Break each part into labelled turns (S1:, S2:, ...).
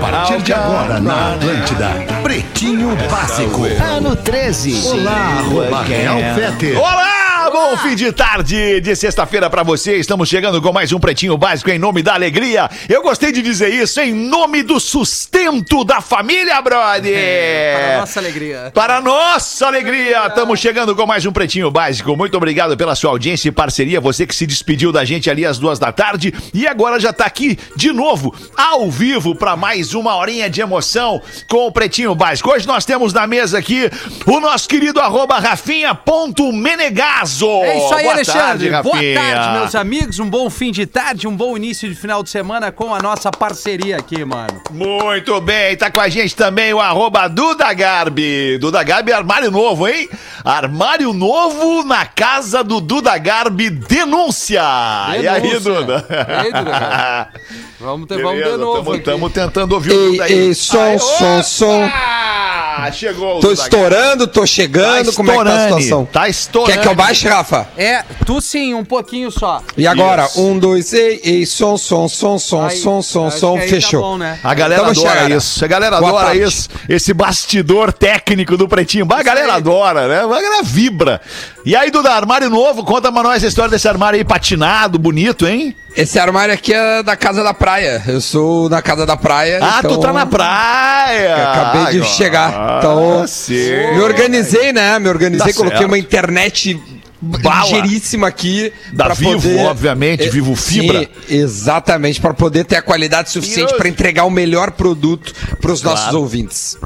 S1: partir de agora na Atlântida. Pretinho Básico.
S2: Ano 13.
S1: Olá, arroba Real Fete.
S3: Olá, bom fim de tarde de sexta-feira pra você. Estamos chegando com mais um Pretinho Básico em nome da alegria. Eu gostei de dizer isso em nome do sustento da família, brother.
S4: Para nossa alegria.
S3: Para nossa alegria, estamos chegando com mais um Pretinho Básico. Muito obrigado pela sua audiência e parceria. Você que se despediu da gente ali às duas da tarde e agora já está aqui de novo, ao vivo, para mais uma horinha de emoção com o Pretinho Básico. Hoje nós temos na mesa aqui o nosso querido arroba Rafinha.menegaso.
S4: É isso aí,
S3: Boa
S4: Alexandre.
S3: Tarde,
S4: Boa
S3: Rafinha.
S4: tarde, meus amigos. Um bom fim de tarde, um bom início de final de semana com a nossa parceria aqui, mano.
S3: Muito bem, tá com a gente também o arroba Duda Garbi. Duda Garbi, é armário novo, hein? Armário novo na casa do Duda Garbi, denúncia! E aí,
S4: Denúncia.
S3: Duda?
S4: E aí, Duda Garbi? Vamos, ter, vamos de novo aqui.
S3: Estamos tentando ouvir o Duda aí.
S5: Ei, ei, som,
S3: Ai,
S5: som,
S3: opa!
S5: som.
S3: Chegou o
S5: Tô
S3: Duda
S5: estourando, tô chegando,
S3: Garbi.
S5: como é que tá a situação?
S3: Tá estourando.
S5: Quer que eu baixe, Rafa?
S4: É, tu sim, um pouquinho só.
S5: E agora?
S3: Isso.
S5: Um, dois, ei, ei, som, som, som, som,
S4: Aí,
S5: som, som,
S4: acho
S5: som,
S4: que aí tá
S5: fechou.
S4: bom, né?
S3: A galera
S5: Tamo
S3: adora
S5: chegando.
S3: isso. A galera
S5: Então, Boa
S3: adora
S5: tarde.
S3: isso. Esse bastidor técnico do Pretinho. Bah, A galera
S4: aí.
S3: adora, né? A galera vibra. E aí, Duda, armário novo, conta pra nós a história desse armário aí patinado, bonito, hein?
S5: Esse armário aqui é da casa da praia. Eu sou na casa da praia.
S3: Ah,
S5: então
S3: tu tá na praia.
S5: eu Acabei
S3: Ah,
S5: de
S3: Agora. Ah,
S5: chegar. Então,
S3: sim.
S5: me organizei, né? Me organizei,
S3: Tá
S5: coloquei
S3: certo.
S5: uma internet
S3: Bala.
S5: ligeiríssima aqui.
S3: Da
S5: pra
S3: Vivo, obviamente,
S5: É,
S3: Vivo Fibra.
S5: Sim, exatamente, pra poder ter a qualidade suficiente
S3: hoje-
S5: pra entregar o melhor produto pros nossos ouvintes.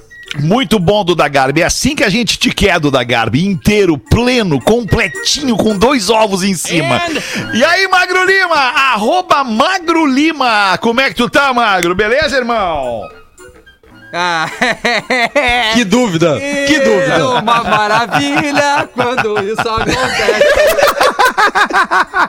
S3: Muito bom, Duda Garbi. É assim que a gente te quer, Duda Garbi. Inteiro, pleno, completinho, com dois ovos em cima. E aí, Magro Lima? Arroba Magro Lima. Como é que tu tá, Magro? Beleza, irmão?
S4: Ah,
S5: Que dúvida! Que
S4: É
S5: dúvida!
S4: uma maravilha quando isso acontece.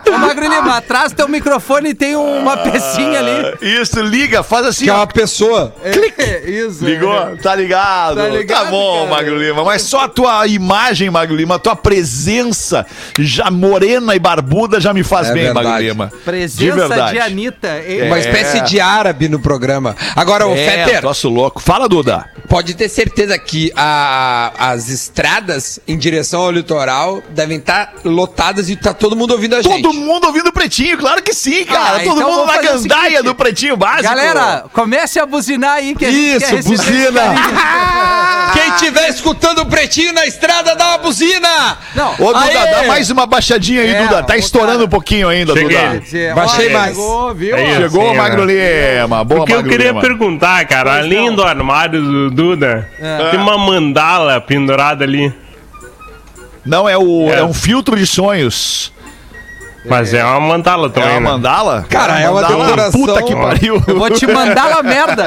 S4: Ô, Magro Lima, atrás do teu microfone tem uma pecinha ali.
S3: Ah, Isso, liga, faz assim,
S5: Que é
S3: ó.
S5: uma pessoa.
S4: É, isso.
S3: Ah, Ligou? Tá ligado. Tá,
S4: Tá ligado,
S3: bom,
S4: cara.
S3: Magro Lima. Mas só a tua imagem, Magro Lima, a tua presença já morena e barbuda já me faz
S5: É
S3: bem, Magro
S5: verdade.
S3: Lima. de
S4: Presença de,
S3: verdade.
S4: Anitta. Ele-
S5: Uma espécie de árabe no programa. Agora, o
S3: É,
S5: Fetter,
S3: troço louco. Fala, Duda.
S5: pode ter certeza que a- as estradas em direção ao litoral devem estar lotadas e tá todo mundo ouvindo a gente.
S3: Todo mundo ouvindo o Pretinho, claro que sim, cara.
S4: Ah,
S3: Todo
S4: então
S3: mundo
S4: vamos
S3: na
S4: fazer o
S3: gandaia
S4: seguinte.
S3: do Pretinho Básico.
S4: Galera, comece a buzinar aí que a gente quer
S3: Isso,
S4: receber esse
S3: buzina.
S4: carinho.
S5: Quem estiver escutando o Pretinho na estrada, dá uma buzina!
S4: Não,
S3: Ô, Duda,
S5: Aê!
S3: dá mais uma baixadinha aí,
S4: É,
S3: Duda. Tá
S4: ô,
S3: estourando
S4: cara.
S3: um pouquinho ainda,
S6: Cheguei.
S4: quer
S3: Duda.
S4: dizer,
S5: Baixei
S4: olha,
S5: mais.
S4: Chegou, viu?
S6: É isso.
S3: Chegou,
S6: Sim,
S3: Magro Lima. Boa,
S6: O que eu
S3: Magro
S6: queria
S3: Lima.
S6: perguntar, cara, além
S4: não.
S6: do armário do Duda, tem
S3: É.
S6: uma mandala pendurada ali.
S3: Não, é, o, é.
S6: É.
S3: um filtro de sonhos.
S6: Mas é uma mandala
S3: É
S6: também.
S3: uma
S6: né?
S3: mandala?
S5: Cara, é uma
S3: mandala,
S5: decoração.
S3: Puta que pariu.
S4: Eu vou te mandar lá merda.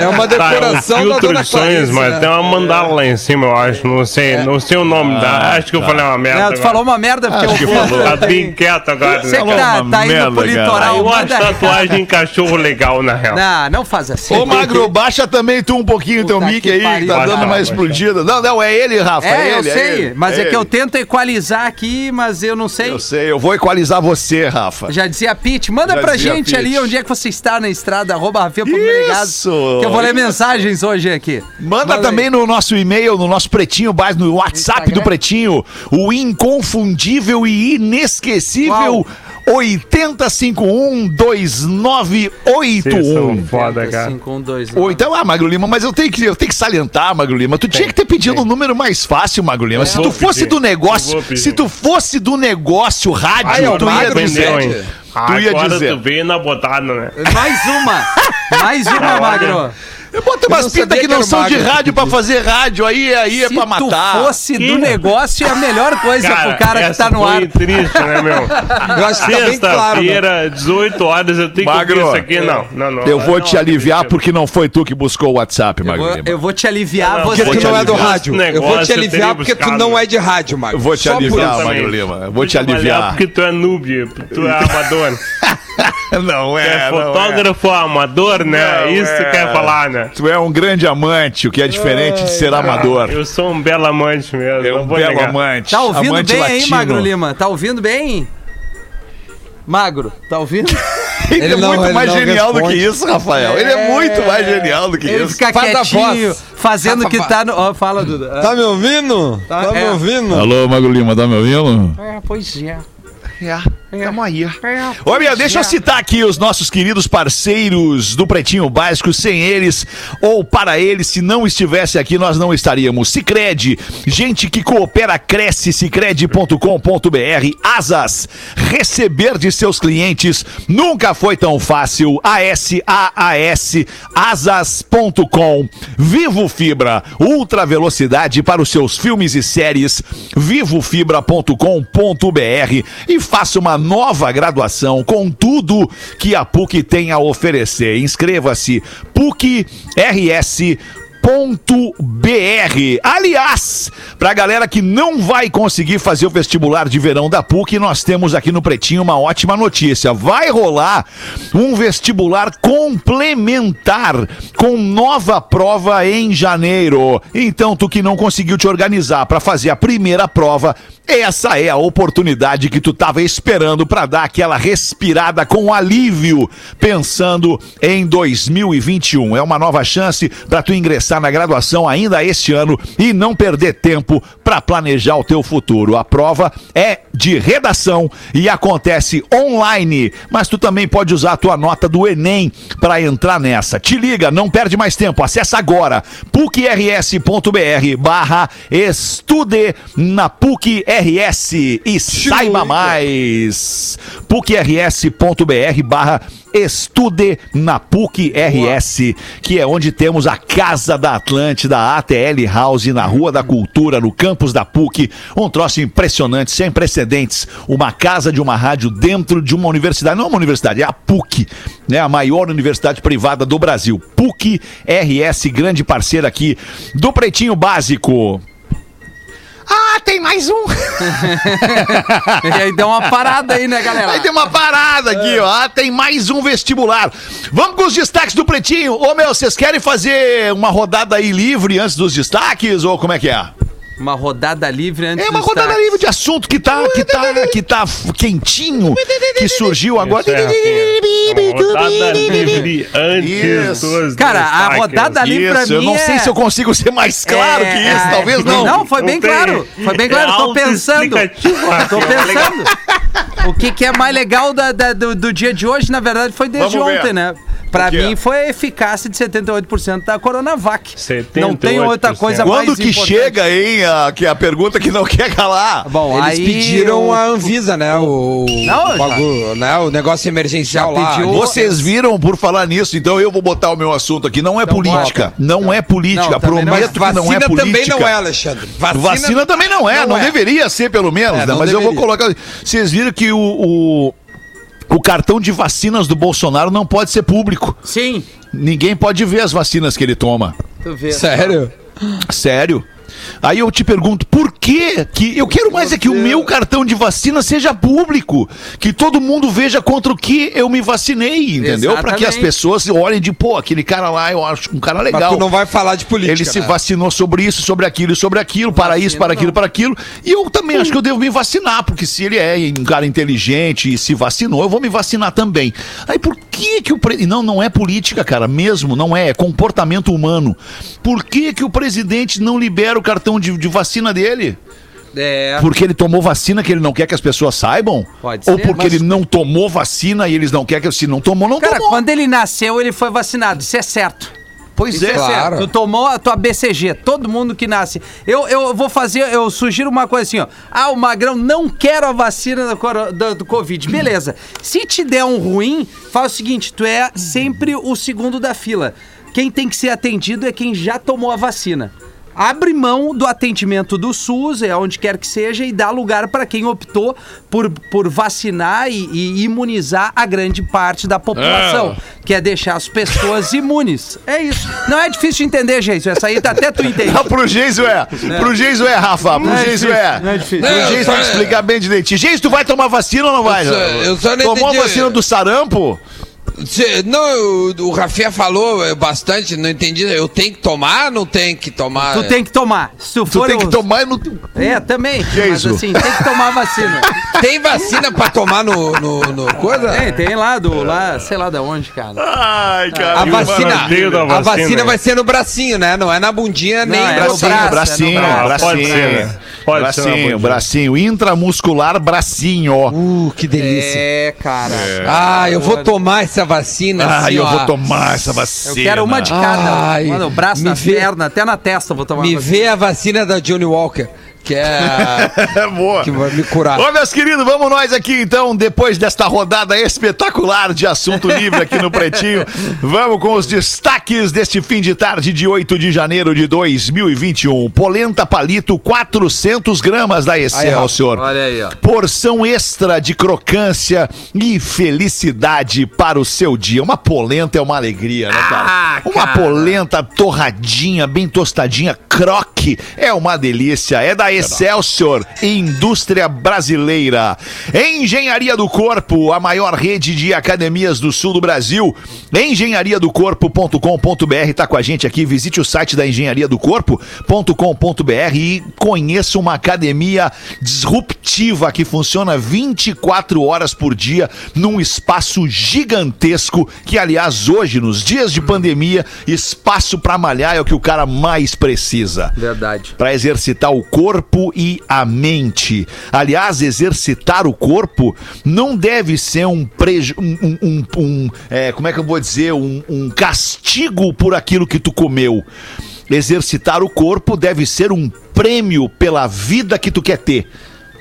S5: É uma
S6: Tá, é um
S5: decoração da
S6: filtro
S5: Dona
S6: de sonhos,
S5: Clarice,
S6: mas
S5: né?
S6: tem uma mandala lá em cima, eu acho. Não sei, não sei o nome
S3: Ah,
S6: da. Acho que
S3: tá.
S6: eu falei uma merda.
S4: Não, Né, É, tu
S6: agora.
S4: falou uma merda porque
S3: Acho que
S4: eu
S3: falou.
S6: Tá bem quieto agora.
S4: Você que
S6: né?
S4: tá,
S3: uma
S4: tá indo
S3: merda,
S4: pro
S3: cara.
S4: litoral.
S6: Eu acho tá
S4: manda-
S6: tatuagem em cachorro legal, na real.
S4: Não, não faz assim.
S3: Ô, Magro, baixa também tu um pouquinho teu
S4: Puta
S3: mic
S4: que
S3: aí, que
S4: pariu.
S3: tá
S6: Baixa,
S3: dando uma
S6: baixa.
S3: explodida. Não, não, é ele, Rafa.
S4: É, eu
S3: ele,
S4: sei,
S3: ele,
S4: mas é que eu
S3: ele.
S4: tento equalizar aqui, mas eu não sei.
S3: Eu sei, eu vou equalizar você, Rafa.
S4: Já dizia a Pete, manda
S3: Já
S4: pra
S3: dizia a
S4: gente
S3: Pete.
S4: ali onde é que você está na estrada, arroba Rafinha Ponto
S3: Isso,
S4: Menegazzo, Que eu vou ler
S3: isso.
S4: mensagens hoje aqui.
S3: Manda
S4: Manda
S3: também no nosso e-mail, no nosso Pretinho Básico, no WhatsApp
S4: Instagram.
S3: do Pretinho, o inconfundível e inesquecível
S4: Qual?
S6: Vocês são
S3: 80512981.
S6: foda, cara.
S4: 5, 1, 2,
S3: Ou então, ah, Magro Lima, mas eu tenho que, eu tenho que salientar, Magro Lima. Tu tinha que ter pedido um número mais fácil, Magro Lima. Se tu
S6: Vou
S3: fosse
S6: pedir.
S3: do negócio,
S6: Eu vou pedir.
S3: se tu fosse do negócio rádio,
S5: Ai, é o
S3: tu ia
S5: Magro
S3: dizer.
S5: vendeu,
S6: hein?
S3: Tu ia
S6: Agora
S3: dizer.
S6: tu veio na botada, né?
S4: Mais uma! Mais uma, Magro!
S3: Bota
S5: Eu
S3: umas
S5: não
S3: pintas
S5: sabia
S3: que
S5: que
S3: não
S5: era o
S3: são de
S5: Magro que
S3: rádio pra
S5: pediu.
S3: fazer rádio, aí, aí é pra matar.
S4: Se tu fosse do
S6: Ih.
S4: negócio, é a melhor coisa pro cara que
S6: essa
S4: tá no ar.
S6: foi triste, né, meu?
S5: Eu acho que tá bem claro. né?
S6: Sexta-feira, 18 horas, eu tenho
S3: Magro, é.
S6: que ouvir isso aqui. Não, não, não.
S3: Eu vou
S6: Não,
S3: te aliviar
S6: não,
S3: porque não foi tu que buscou o WhatsApp,
S4: Eu
S3: Magro
S4: vou,
S3: Lima.
S4: eu vou te aliviar,
S6: Não, não,
S4: você.
S5: Porque
S6: vou
S5: tu
S6: te
S5: não é do
S6: aliviar.
S5: rádio.
S6: Esse
S5: Eu vou te
S6: negócio eu
S5: aliviar
S6: teria
S5: porque tu
S6: buscado.
S5: não é de rádio, Magro.
S3: Vou te
S5: Só por
S3: aliviar,
S5: isso.
S6: também.
S3: Ah, Magro Lima. Vou te
S6: trabalhar
S3: aliviar.
S6: Porque tu é noob, tu é amador.
S3: Não
S6: Tu é
S3: é, não é.
S6: fotógrafo amador, né?
S3: Não
S6: Isso que
S3: é.
S6: quer falar, né?
S3: Tu é um grande amante, o que é diferente de ser amador.
S6: Eu sou um belo amante mesmo.
S3: É
S6: não
S3: um
S6: vou
S3: belo
S6: negar.
S3: amante.
S4: Tá ouvindo
S3: amante
S4: bem
S3: latino.
S4: aí, Magro Lima? Tá ouvindo bem? Magro, tá ouvindo?
S3: Ele, é
S5: Ele não-
S3: muito
S5: ele
S3: mais
S5: não
S3: genial do que
S5: responde.
S3: isso, Rafael. Ele é muito mais genial do que
S4: Ele
S3: isso.
S4: fica
S5: Faz a
S4: quietinho,
S5: voz.
S4: fazendo
S5: Fa-
S4: que
S5: fa-
S4: tá no. Ó, fala, Duda.
S5: Tá me ouvindo?
S4: Tá,
S5: Tá,
S4: é.
S5: me ouvindo?
S3: Alô, Mago Lima, tá me ouvindo?
S4: É, pois é.
S3: É, tamo aí. Ô, meu, deixa eu citar aqui os nossos queridos parceiros do Pretinho Básico. Sem eles ou para eles, se não estivesse aqui, nós não estaríamos. Cicred, gente que coopera, cresce, cicred.com.br. Asas, receber de seus clientes nunca foi tão fácil. ASAAS, asas.com. Vivo Fibra, ultra velocidade para os seus filmes e séries. Vivofibra.com.br e faça uma nova graduação com tudo que a PUC tem a oferecer. Inscreva-se PUCRS. Aliás, pra galera que não vai conseguir fazer o vestibular de verão da PUC, nós temos aqui no Pretinho uma ótima notícia. Vai rolar um vestibular complementar com nova prova em janeiro. Então, tu que não conseguiu te organizar pra fazer a primeira prova, essa é a oportunidade que tu tava esperando pra dar aquela respirada com alívio, pensando em 2021. É uma nova chance pra tu ingressar na graduação ainda este ano e não perder tempo pra planejar o teu futuro. A prova é de redação e acontece online, mas tu também pode usar a tua nota do Enem pra entrar nessa. Te liga, não perde mais tempo. Acessa agora pucrs.br barra estude na PUC-RS e saiba mais. PUCRS.br barra estude na PUC-RS, que é onde temos a Casa da Atlântida, a ATL House, na Rua da Cultura, no campus da PUC. Um troço impressionante, sem precedentes. Uma casa de uma rádio dentro de uma universidade. Não é uma universidade, é a PUC, né? a maior universidade privada do Brasil. PUC-RS, grande parceira aqui do Pretinho Básico. Ah, tem mais um!
S4: E aí deu uma parada aí, né,
S3: Aí
S4: galera?
S3: tem uma parada
S4: É.
S3: aqui, ó. Ah, Tem mais um vestibular. Vamos com os destaques do Pretinho. Ô, meu, vocês querem fazer uma rodada aí livre antes dos destaques? Ou como é que é?
S4: Uma rodada livre antes
S3: É uma
S4: dos
S3: rodada
S4: táxis.
S3: livre de assunto que tá, que tá, que tá f- quentinho, que surgiu agora.
S6: Isso é, Rafinha.
S4: É
S6: Uma rodada livre antes
S3: Isso.
S6: dos
S4: Cara, a
S6: destaques.
S4: rodada livre- pra
S3: Isso, eu
S4: mim
S3: não
S4: é-
S3: sei se eu consigo ser mais claro
S4: É,
S3: que isso,
S4: é,
S3: talvez não.
S4: Não, foi bem
S6: tem.
S4: claro. Foi bem claro.
S6: É
S4: Tô pensando.
S6: autoexplicativo,
S4: Tô
S6: Rafinha.
S4: pensando. O que, que é mais legal da- da- do, do dia de hoje, na verdade, foi desde
S3: Vamos ver.
S4: ontem, né? Pra
S3: O quê?
S4: mim foi a eficácia de 78% da Coronavac.
S6: 78%.
S4: Não tem outra coisa
S3: Quando
S4: mais
S3: que
S4: importante.
S3: chega, hein? A, que é a pergunta que não quer calar.
S4: Bom,
S5: Eles
S4: aí
S5: pediram
S4: o-
S5: a Anvisa, né? O,
S4: Não, já-
S5: o bagulho, né? O negócio emergencial
S4: Já
S5: lá.
S4: pediu-
S3: Vocês viram por falar nisso, então eu vou botar o meu assunto aqui. Não é política. Não é política.
S4: Não, também não é.
S5: Mas
S3: Prometo que
S5: vacina
S3: não é política.
S5: também não é, Alexandre.
S3: Vacina, também não é, não,
S5: é.
S3: deveria ser, pelo menos,
S5: É,
S3: né?
S5: não
S3: Mas eu vou
S5: deveria.
S3: colocar. Vocês viram que o, o, o cartão de vacinas do Bolsonaro não pode ser público.
S4: Sim.
S3: Ninguém pode ver as vacinas que ele toma.
S4: Tu vê.
S5: Sério?
S3: Sério? Aí eu te pergunto, por que que eu quero mais é que o meu cartão de vacina seja público, que todo mundo veja contra o que eu me vacinei, entendeu? Para que as
S4: Exatamente.
S3: pessoas olhem de, pô, aquele cara lá, eu acho um cara
S5: Mas
S3: legal.
S5: tu não vai falar de política.
S3: Ele se
S5: né?
S3: vacinou sobre isso, sobre aquilo, e sobre aquilo, para isso, para aquilo, para aquilo. E eu também acho que eu devo me vacinar, porque se ele é um cara inteligente e se vacinou, eu vou me vacinar também. Aí por que que o presidente... Não, não é política, cara, mesmo, não é, é comportamento humano. Por que que o presidente não libera o cartão de, de vacina dele?
S4: É.
S3: Porque ele tomou vacina que ele não quer que as pessoas saibam?
S4: Pode
S3: Ou
S4: ser,
S3: porque
S4: mas-
S3: ele não tomou vacina e eles não querem que... Se não tomou, não
S4: Cara,
S3: tomou.
S4: quando ele nasceu, ele foi vacinado. Isso é certo.
S3: Pois é.
S5: Claro.
S4: Tu tomou a tua BCG, todo mundo que nasce. Eu, eu vou fazer, eu sugiro uma coisa assim, ó. Ah, o Magrão não quero a vacina do, coro- do, do Covid. Beleza. Se te der um ruim, faz o seguinte, tu é sempre o segundo da fila. Quem tem que ser atendido é quem já tomou a vacina. Abre mão do atendimento do SUS, é onde quer que seja, e dá lugar para quem optou por, por vacinar e, e imunizar a grande parte da população, que é deixar as pessoas imunes. É isso. Não é difícil de entender, gente. Essa aí tá até tu entende.
S3: Ah, pro Geiso é. Pro Geiso é, Rafa. Pro Geiso é.
S4: não é difícil.
S3: Pro Geiso vai te explicar bem direitinho. Geiso, tu vai tomar vacina ou não vai?
S5: Eu só- eu só não
S3: Tomou a
S5: entendi.
S3: vacina do sarampo?
S5: Se- não, o, o Rafinha falou eh, bastante, não entendi. Eu tenho que tomar, não tenho que tomar.
S4: Tu tem que tomar. Se tu,
S3: Tu
S4: for
S3: tem que
S4: o-
S3: tomar e não. tem-
S4: É, também.
S3: é
S4: mas
S3: isso?
S4: assim, tem que tomar a vacina.
S5: Tem vacina pra tomar no, no, no coisa?
S4: tem, tem lá do, lá, sei lá da onde, cara.
S3: Ai, cara.
S5: A
S6: Que
S5: vacina,
S6: maravilha da
S5: a vacina
S6: vacina.
S5: vai ser no bracinho, né? Não é na bundinha nem
S4: Não, é
S5: no
S4: no
S5: braço.
S4: bracinho,
S3: Bracinho, bracinho,
S4: é
S6: no braço.
S3: bracinho.
S6: Pode ser, né? Pode ser na
S3: bracinho,
S6: bundinha.
S3: bracinho. Intramuscular, bracinho.
S5: Uh, que delícia.
S4: É, cara.
S5: Ah, eu vou tomar essa vacina.
S3: Ai,
S5: assim,
S3: Ah, eu
S5: ó.
S3: vou tomar essa vacina.
S4: Eu quero uma de cada.
S5: né? Ai,
S4: Mano, o braço,
S5: me
S4: na
S5: vê-
S4: perna, até na testa eu vou tomar.
S5: Me
S4: uma
S5: vê a vacina da Johnny Walker, que é
S3: É boa.
S5: que vai me curar.
S3: Ô, meus queridos, vamos nós aqui então, depois desta rodada espetacular de assunto livre aqui no Pretinho. Vamos com os destaques deste fim de tarde de 8 de janeiro de 2021. Polenta palito, 400 gramas da
S5: Aí, ó.
S3: Excelsior.
S4: Olha aí, ó.
S3: Porção extra de crocância e felicidade para o seu dia. Uma polenta é uma alegria, né, cara?
S4: Ah,
S3: uma
S4: cara.
S3: polenta torradinha, bem tostadinha, croque, é uma delícia. É da Excelsior, indústria brasileira. Engenharia do Corpo, a maior rede de academias do sul do Brasil. Engenhariadocorpo.com.br tá com a gente aqui. Visite o site da Engenharia do Corpo.com.br e conheça uma academia disruptiva que funciona 24 horas por dia num espaço gigantesco que, aliás, hoje, nos dias de pandemia, espaço pra malhar é o que o cara mais precisa.
S4: Verdade.
S3: Pra exercitar o corpo e a mente. Aliás, exercitar o corpo não deve ser um preju... Um, um- um- um, é, como é que eu vou dizer? Um, um castigo por aquilo que tu comeu. Exercitar o corpo deve ser um prêmio pela vida que tu quer ter.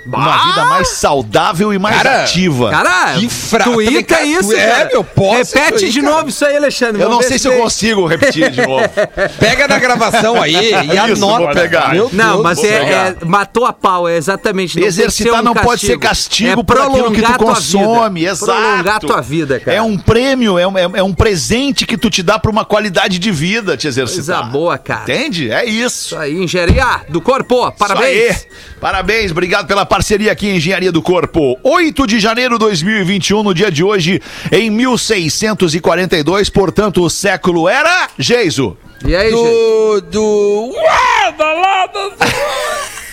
S3: Uma vida mais saudável e mais
S5: Cara,
S3: ativa.
S4: Cara,
S5: Que fra-
S4: tu
S5: também,
S4: ita
S5: cara,
S4: isso,
S5: tu- é,
S4: cara.
S5: meu, posso
S4: Repete
S5: isso aí,
S4: de
S5: cara.
S4: novo isso aí, Alexandre.
S3: Eu
S4: Vamos
S3: não
S4: ver
S3: sei se eu
S4: tem-
S3: consigo repetir de novo. É
S5: Pega na gravação aí e
S3: Isso, vou
S5: anota.
S3: pegar.
S5: Meu
S4: Não,
S5: Deus
S4: mas
S5: do
S4: é,
S5: céu.
S4: é- matou a pau, é exatamente. tem que ser
S3: Exercitar
S4: um É
S3: não pode ser castigo por aquilo que tu
S4: prolongar tua vida.
S3: consome, exato.
S4: Prolongar tua vida, cara.
S3: É um prêmio, é um, é um- é um presente que tu te dá pra uma qualidade de vida te exercitar.
S4: Coisa boa, cara.
S3: Entende? É isso.
S4: Isso aí, engenharia do corpo, parabéns.
S3: Isso aí. Parabéns, obrigado pela parceria aqui em Engenharia do Corpo. 8 de janeiro de 2021, no dia de hoje, em 1642, portanto, o século era Geiso.
S4: E
S5: é-
S4: aí, gente?
S5: Do. do... Ué, da lá, da-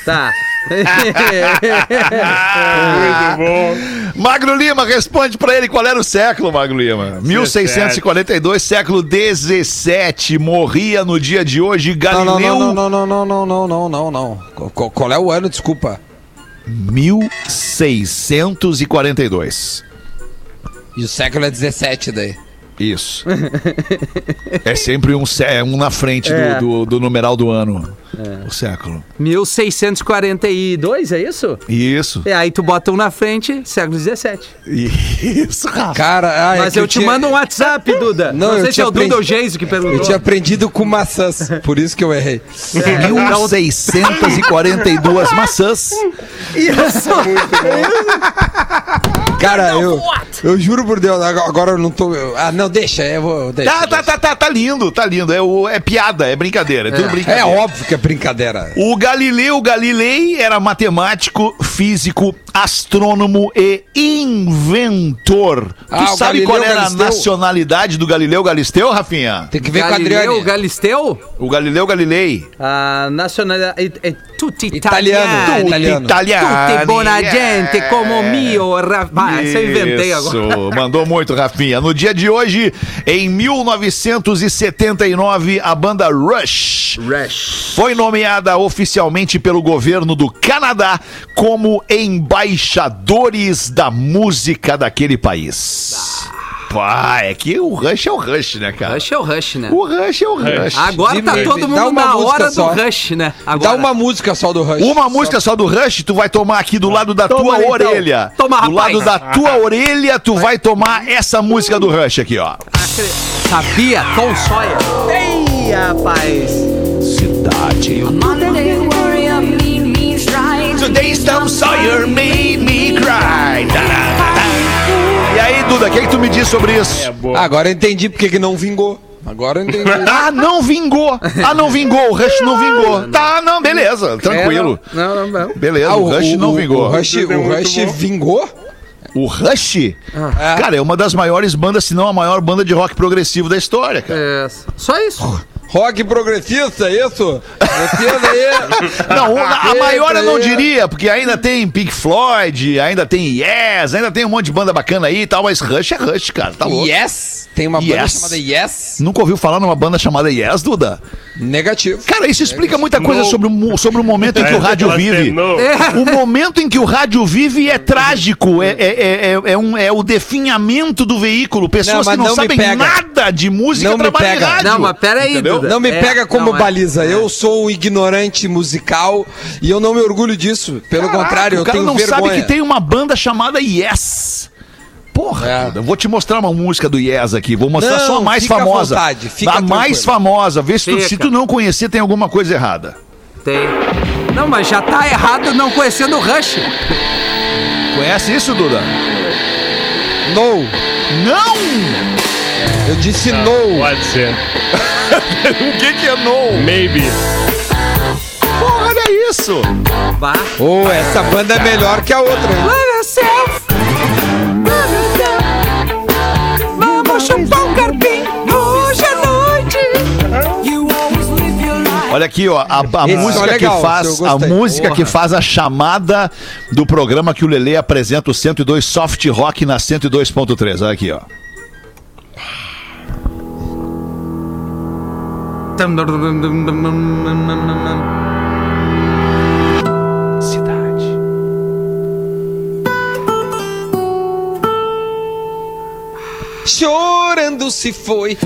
S4: Tá.
S6: Muito bom.
S3: Ah. Magro Lima, responde pra ele qual era o século, Magro Lima. 1642, século 17. Morria no dia de hoje
S5: Não, não,
S3: Galileu.
S5: não, não, não, não, não, não, não, não, não. Co- co- Qual é o ano, desculpa?
S3: 1642.
S5: E o século é 17 daí.
S3: Isso. é sempre um, sé- um na frente
S4: É.
S3: do, do- do numeral do ano. O século.
S4: 1642, é isso?
S3: Isso.
S4: E aí tu bota um na frente, século XVII.
S3: Isso, Rafa.
S5: Cara, ah, é
S4: Mas
S5: que
S4: eu, te
S5: tinha-
S4: mando um WhatsApp, Duda.
S5: Não,
S4: Não, sei
S5: eu
S4: se é
S5: tinha
S4: o Duda
S5: aprendido-
S4: ou o Geiso que
S5: Eu
S4: perguntou.
S5: tinha aprendido com maçãs, por isso que eu errei.
S4: É, da
S5: Então,
S4: outra-
S3: 1642 maçãs.
S4: Isso.
S5: Cara, eu, eu juro por Deus, ag- agora eu não tô. eu- ah, não, deixa, eu vou. Deixa,
S3: Tá, tá,
S5: deixa.
S3: tá, tá, tá lindo, tá lindo. É, o- é piada, é brincadeira, é tudo
S5: É
S3: brincadeira.
S5: óbvio que é brincadeira.
S3: O Galileu Galilei era matemático, físico, astrônomo e inventor.
S5: Ah,
S3: tu
S5: o
S3: sabe qual
S5: Galileu
S3: era
S5: Galisteu.
S3: a nacionalidade do Galileu Galisteu, Rafinha?
S5: Tem que ver com a
S4: Galileu
S5: Adriane.
S4: Galisteu?
S3: O Galileu Galilei.
S4: A nacionalidade é tutti
S5: Italiano.
S4: italiano.
S5: Italiano.
S4: Tutti buona
S3: Yeah.
S4: gente, como mio, rapaz. Isso Ah, eu inventei agora.
S3: Isso, mandou muito, Rafinha. No dia de hoje, em 1979, a banda Rush
S4: Rush.
S3: foi nomeada oficialmente pelo governo do Canadá como embaixadores da música daquele país. Pá, é que o Rush é o Rush, né, cara?
S4: Rush é o Rush, né?
S3: O Rush é o Rush.
S4: Agora tá
S5: Dime,
S4: todo
S5: dá
S4: mundo
S5: uma
S4: na
S5: música
S4: hora
S5: só.
S4: do Rush, né?
S5: Dá
S4: Agora.
S5: uma música só do Rush.
S3: Uma música só do Rush, tu vai tomar aqui do lado da
S4: Toma,
S3: tua
S4: então.
S3: orelha.
S4: Toma,
S3: do
S4: rapaz.
S3: lado da tua orelha, tu vai tomar essa música do Rush aqui, ó.
S4: tá Sabia? Tom Sawyer. Ei, rapaz.
S3: Cidade.
S2: Monday, worry of me, me, trying.
S3: Today Tom Sawyer made me cry. E aí, Duda, o que, é que tu me diz sobre isso?
S5: Ah, Agora eu entendi porque que não vingou. Agora eu entendi.
S3: Ah, não vingou. Ah, não vingou. O Rush não vingou. Tá, não, beleza. Tranquilo.
S4: É, não, não, não. não.
S3: Beleza,
S5: Ah,
S3: o Rush não
S5: O
S3: vingou.
S5: Rush,
S6: Tudo é
S5: o
S6: muito
S5: Rush
S6: bom.
S5: vingou?
S3: O Rush, cara, é uma das maiores bandas, se não a maior banda de rock progressivo da história, cara.
S4: É, só isso.
S5: Rock progressista, é isso? Vocês aí.
S3: Não, a a maior eu não
S5: aí.
S3: diria, porque ainda tem Pink Floyd, ainda tem Yes, ainda tem um monte de banda bacana aí e tal, mas Rush é Rush, cara, tá louco.
S5: Yes! Tem uma banda
S3: Yes.
S5: chamada Yes.
S3: Nunca ouviu falar numa banda chamada Yes, Duda?
S5: Negativo.
S3: Cara, isso explica muita coisa
S6: No.
S3: sobre o, mo- sobre o momento em que o rádio vive. É. O momento em que o rádio vive é trágico, é, é, é, é- é um, é o definhamento do veículo.
S5: Não,
S3: Pessoas que
S5: mas
S3: não,
S5: não me
S3: sabem
S5: pega.
S3: nada de música
S5: Não me
S3: trabalham em
S5: pega.
S3: rádio.
S4: Não, mas pera aí,
S3: Entendeu?
S4: Duda.
S5: Não me
S4: É,
S5: pega como
S4: não, é,
S5: baliza.
S4: é.
S5: Eu sou um ignorante musical e eu não me orgulho disso. Pelo
S3: Caraca,
S5: contrário, eu
S3: o cara
S5: tenho
S3: não
S5: vergonha.
S3: sabe que tem uma banda chamada Yes. Porra,
S5: É.
S3: Duda, eu vou te mostrar uma música do Yes aqui. Vou mostrar
S5: Não,
S3: só a mais
S5: fica à
S3: famosa.
S5: vontade, fica
S3: a mais
S5: tranquilo.
S3: famosa. Vê se tu,
S4: Fica.
S3: se tu não conhecer, tem alguma coisa errada.
S4: Tem. Não, mas já tá errado não conhecendo o Rush.
S3: Conhece isso, Duda?
S5: No.
S3: Não!
S5: Eu disse no.
S6: Pode ser.
S3: O que, que é não?
S6: Maybe.
S3: Porra, olha isso!
S4: Vá.
S5: Ô, essa banda é melhor que a outra. hein?
S4: Love yourself. Love yourself. Vamos chupar um carpim hoje à noite.
S3: Olha aqui, ó, a, a
S5: Esse
S3: música
S5: é legal,
S3: que faz
S5: esse eu
S3: a
S5: gostei.
S3: música
S4: Porra.
S3: que faz a chamada do programa que o Lele apresenta o 102 Soft Rock na 102.3. Olha aqui, ó.
S5: Chorando se foi.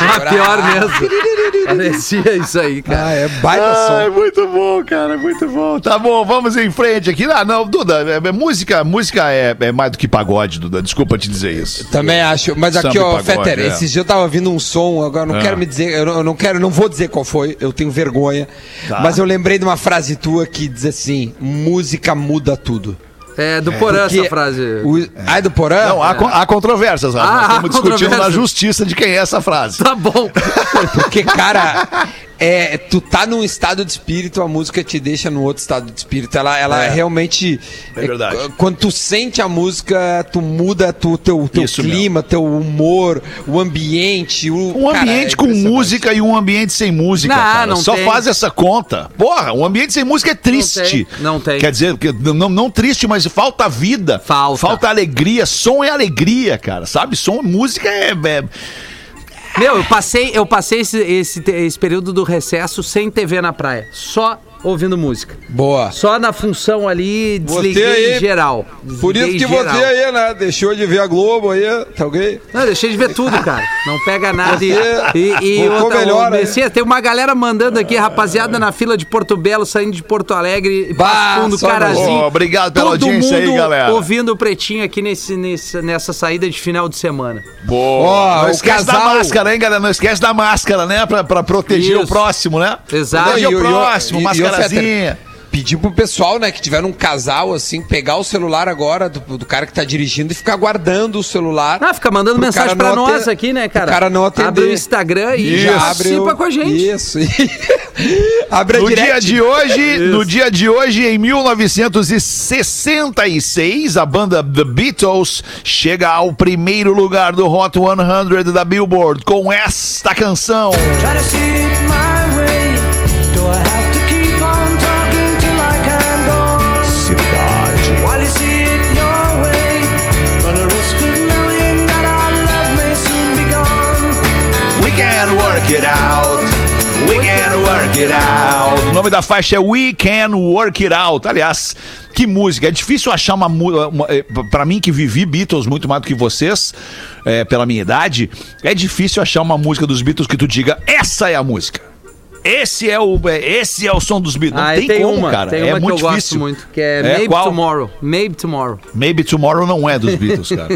S4: Ah, pior mesmo. Parecia isso aí, cara.
S5: Ah, é baita
S3: Ai,
S5: som.
S3: muito bom, cara, muito bom. Tá bom, vamos em frente aqui. Ah, não, Duda, é- é música, música é, é mais do que pagode, Duda. Desculpa te dizer isso.
S5: Também acho. Mas aqui,
S3: Samba
S5: ó,
S3: e pagode,
S5: Fetter,
S3: é.
S5: esses dias eu tava ouvindo um som, agora não
S3: É.
S5: quero me dizer, eu não, eu não quero, não vou dizer qual foi, eu tenho vergonha.
S3: Tá.
S5: Mas eu lembrei de uma frase tua que diz assim: música muda tudo.
S4: É do Porã essa
S5: Que-
S4: frase.
S5: O, ai, do Porã?
S3: Não, há, con- há controvérsias, Rafa.
S4: Ah,
S3: Nós estamos
S4: há
S3: discutindo na
S4: controvérsias.
S3: justiça de quem é essa frase.
S4: Tá bom.
S5: Porque, cara, é, tu tá num estado de espírito, a música te deixa num outro estado de espírito. Ela, ela realmente.
S3: É verdade.
S5: qu- Quando tu sente a música, tu muda tu, teu, teu
S3: Isso
S5: clima, teu humor, o ambiente. O,
S3: Um
S5: cara, é
S3: ambiente com
S5: impressionante.
S3: música e um ambiente sem música,
S4: Não,
S3: cara.
S4: não
S3: Só
S4: tem.
S3: faz essa conta. Porra, um ambiente sem música é triste.
S4: tem, não tem.
S3: Quer dizer, que não, não- não triste, mas falta vida.
S4: Falta.
S3: Falta alegria. Som é alegria, cara. Sabe? Som, música é. é-
S4: Meu, eu passei, eu passei esse, esse, te- esse período do recesso sem TV na praia, só ouvindo música.
S5: Boa.
S4: Só na função ali,
S5: Você
S4: desliguei
S5: aí,
S4: geral.
S5: Por isso
S4: Desliguei
S5: que
S4: geral.
S5: você aí, né? Deixou de ver a Globo aí, tá ok?
S4: Não, eu deixei de ver tudo, cara. Não pega nada. E,
S5: Você
S4: e, e
S5: voltou
S4: outra,
S5: melhor,
S4: o
S5: né?
S4: Messias, tem uma galera mandando aqui, rapaziada, na fila de Porto Belo, saindo de Porto Alegre,
S5: Bah,
S4: passando
S5: só
S4: carazinho.
S3: Ô, obrigado pela
S4: Todo
S3: audiência aí,
S4: mundo
S3: galera.
S4: ouvindo o Pretinho aqui nesse, nesse- nessa saída de final de semana.
S3: Boa!
S5: Ó,
S3: não
S5: o
S3: esquece da
S5: casal-
S3: máscara, hein, galera? Não esquece da máscara, né? Pra, pra proteger
S4: Isso.
S3: o próximo, né?
S4: Exato.
S3: Proteger
S5: E
S3: o
S5: o- e o-
S3: próximo,
S5: e- e o
S3: mascarazinha.
S5: Pedir pro pessoal, né, que tiver um casal, assim, pegar o celular agora do, do cara que tá dirigindo e ficar guardando o celular.
S4: Ah, fica mandando
S5: pro
S4: mensagem
S5: cara
S4: pra
S5: não
S4: nós
S5: aten-
S4: aqui, né, cara?
S5: pro cara não atender.
S4: Abre o Instagram e já
S5: Isso.
S4: participa
S5: o-
S4: com a gente.
S5: Isso. Abre a
S3: No
S5: direct.
S3: dia de hoje, no dia de hoje, em 1966, a banda The Beatles chega ao primeiro lugar do Hot 100 da Billboard com esta canção. We can work it out. We can work it out. O nome da faixa é We Can Work It Out. Aliás, que música. É difícil achar uma música. Pra mim, que vivi Beatles muito mais do que vocês, é, pela minha idade, é difícil achar uma música dos Beatles que tu diga: essa é a música. Esse é o, é, esse é o som dos Beatles. Não
S4: Ah,
S3: tem,
S4: tem,
S3: como,
S4: uma,
S3: cara.
S4: tem
S3: é
S4: uma que
S3: muito
S4: eu gosto
S3: difícil.
S4: muito, que é,
S3: É,
S4: Maybe
S3: qual?
S4: Tomorrow. Maybe Tomorrow.
S3: Maybe Tomorrow não é dos Beatles, cara.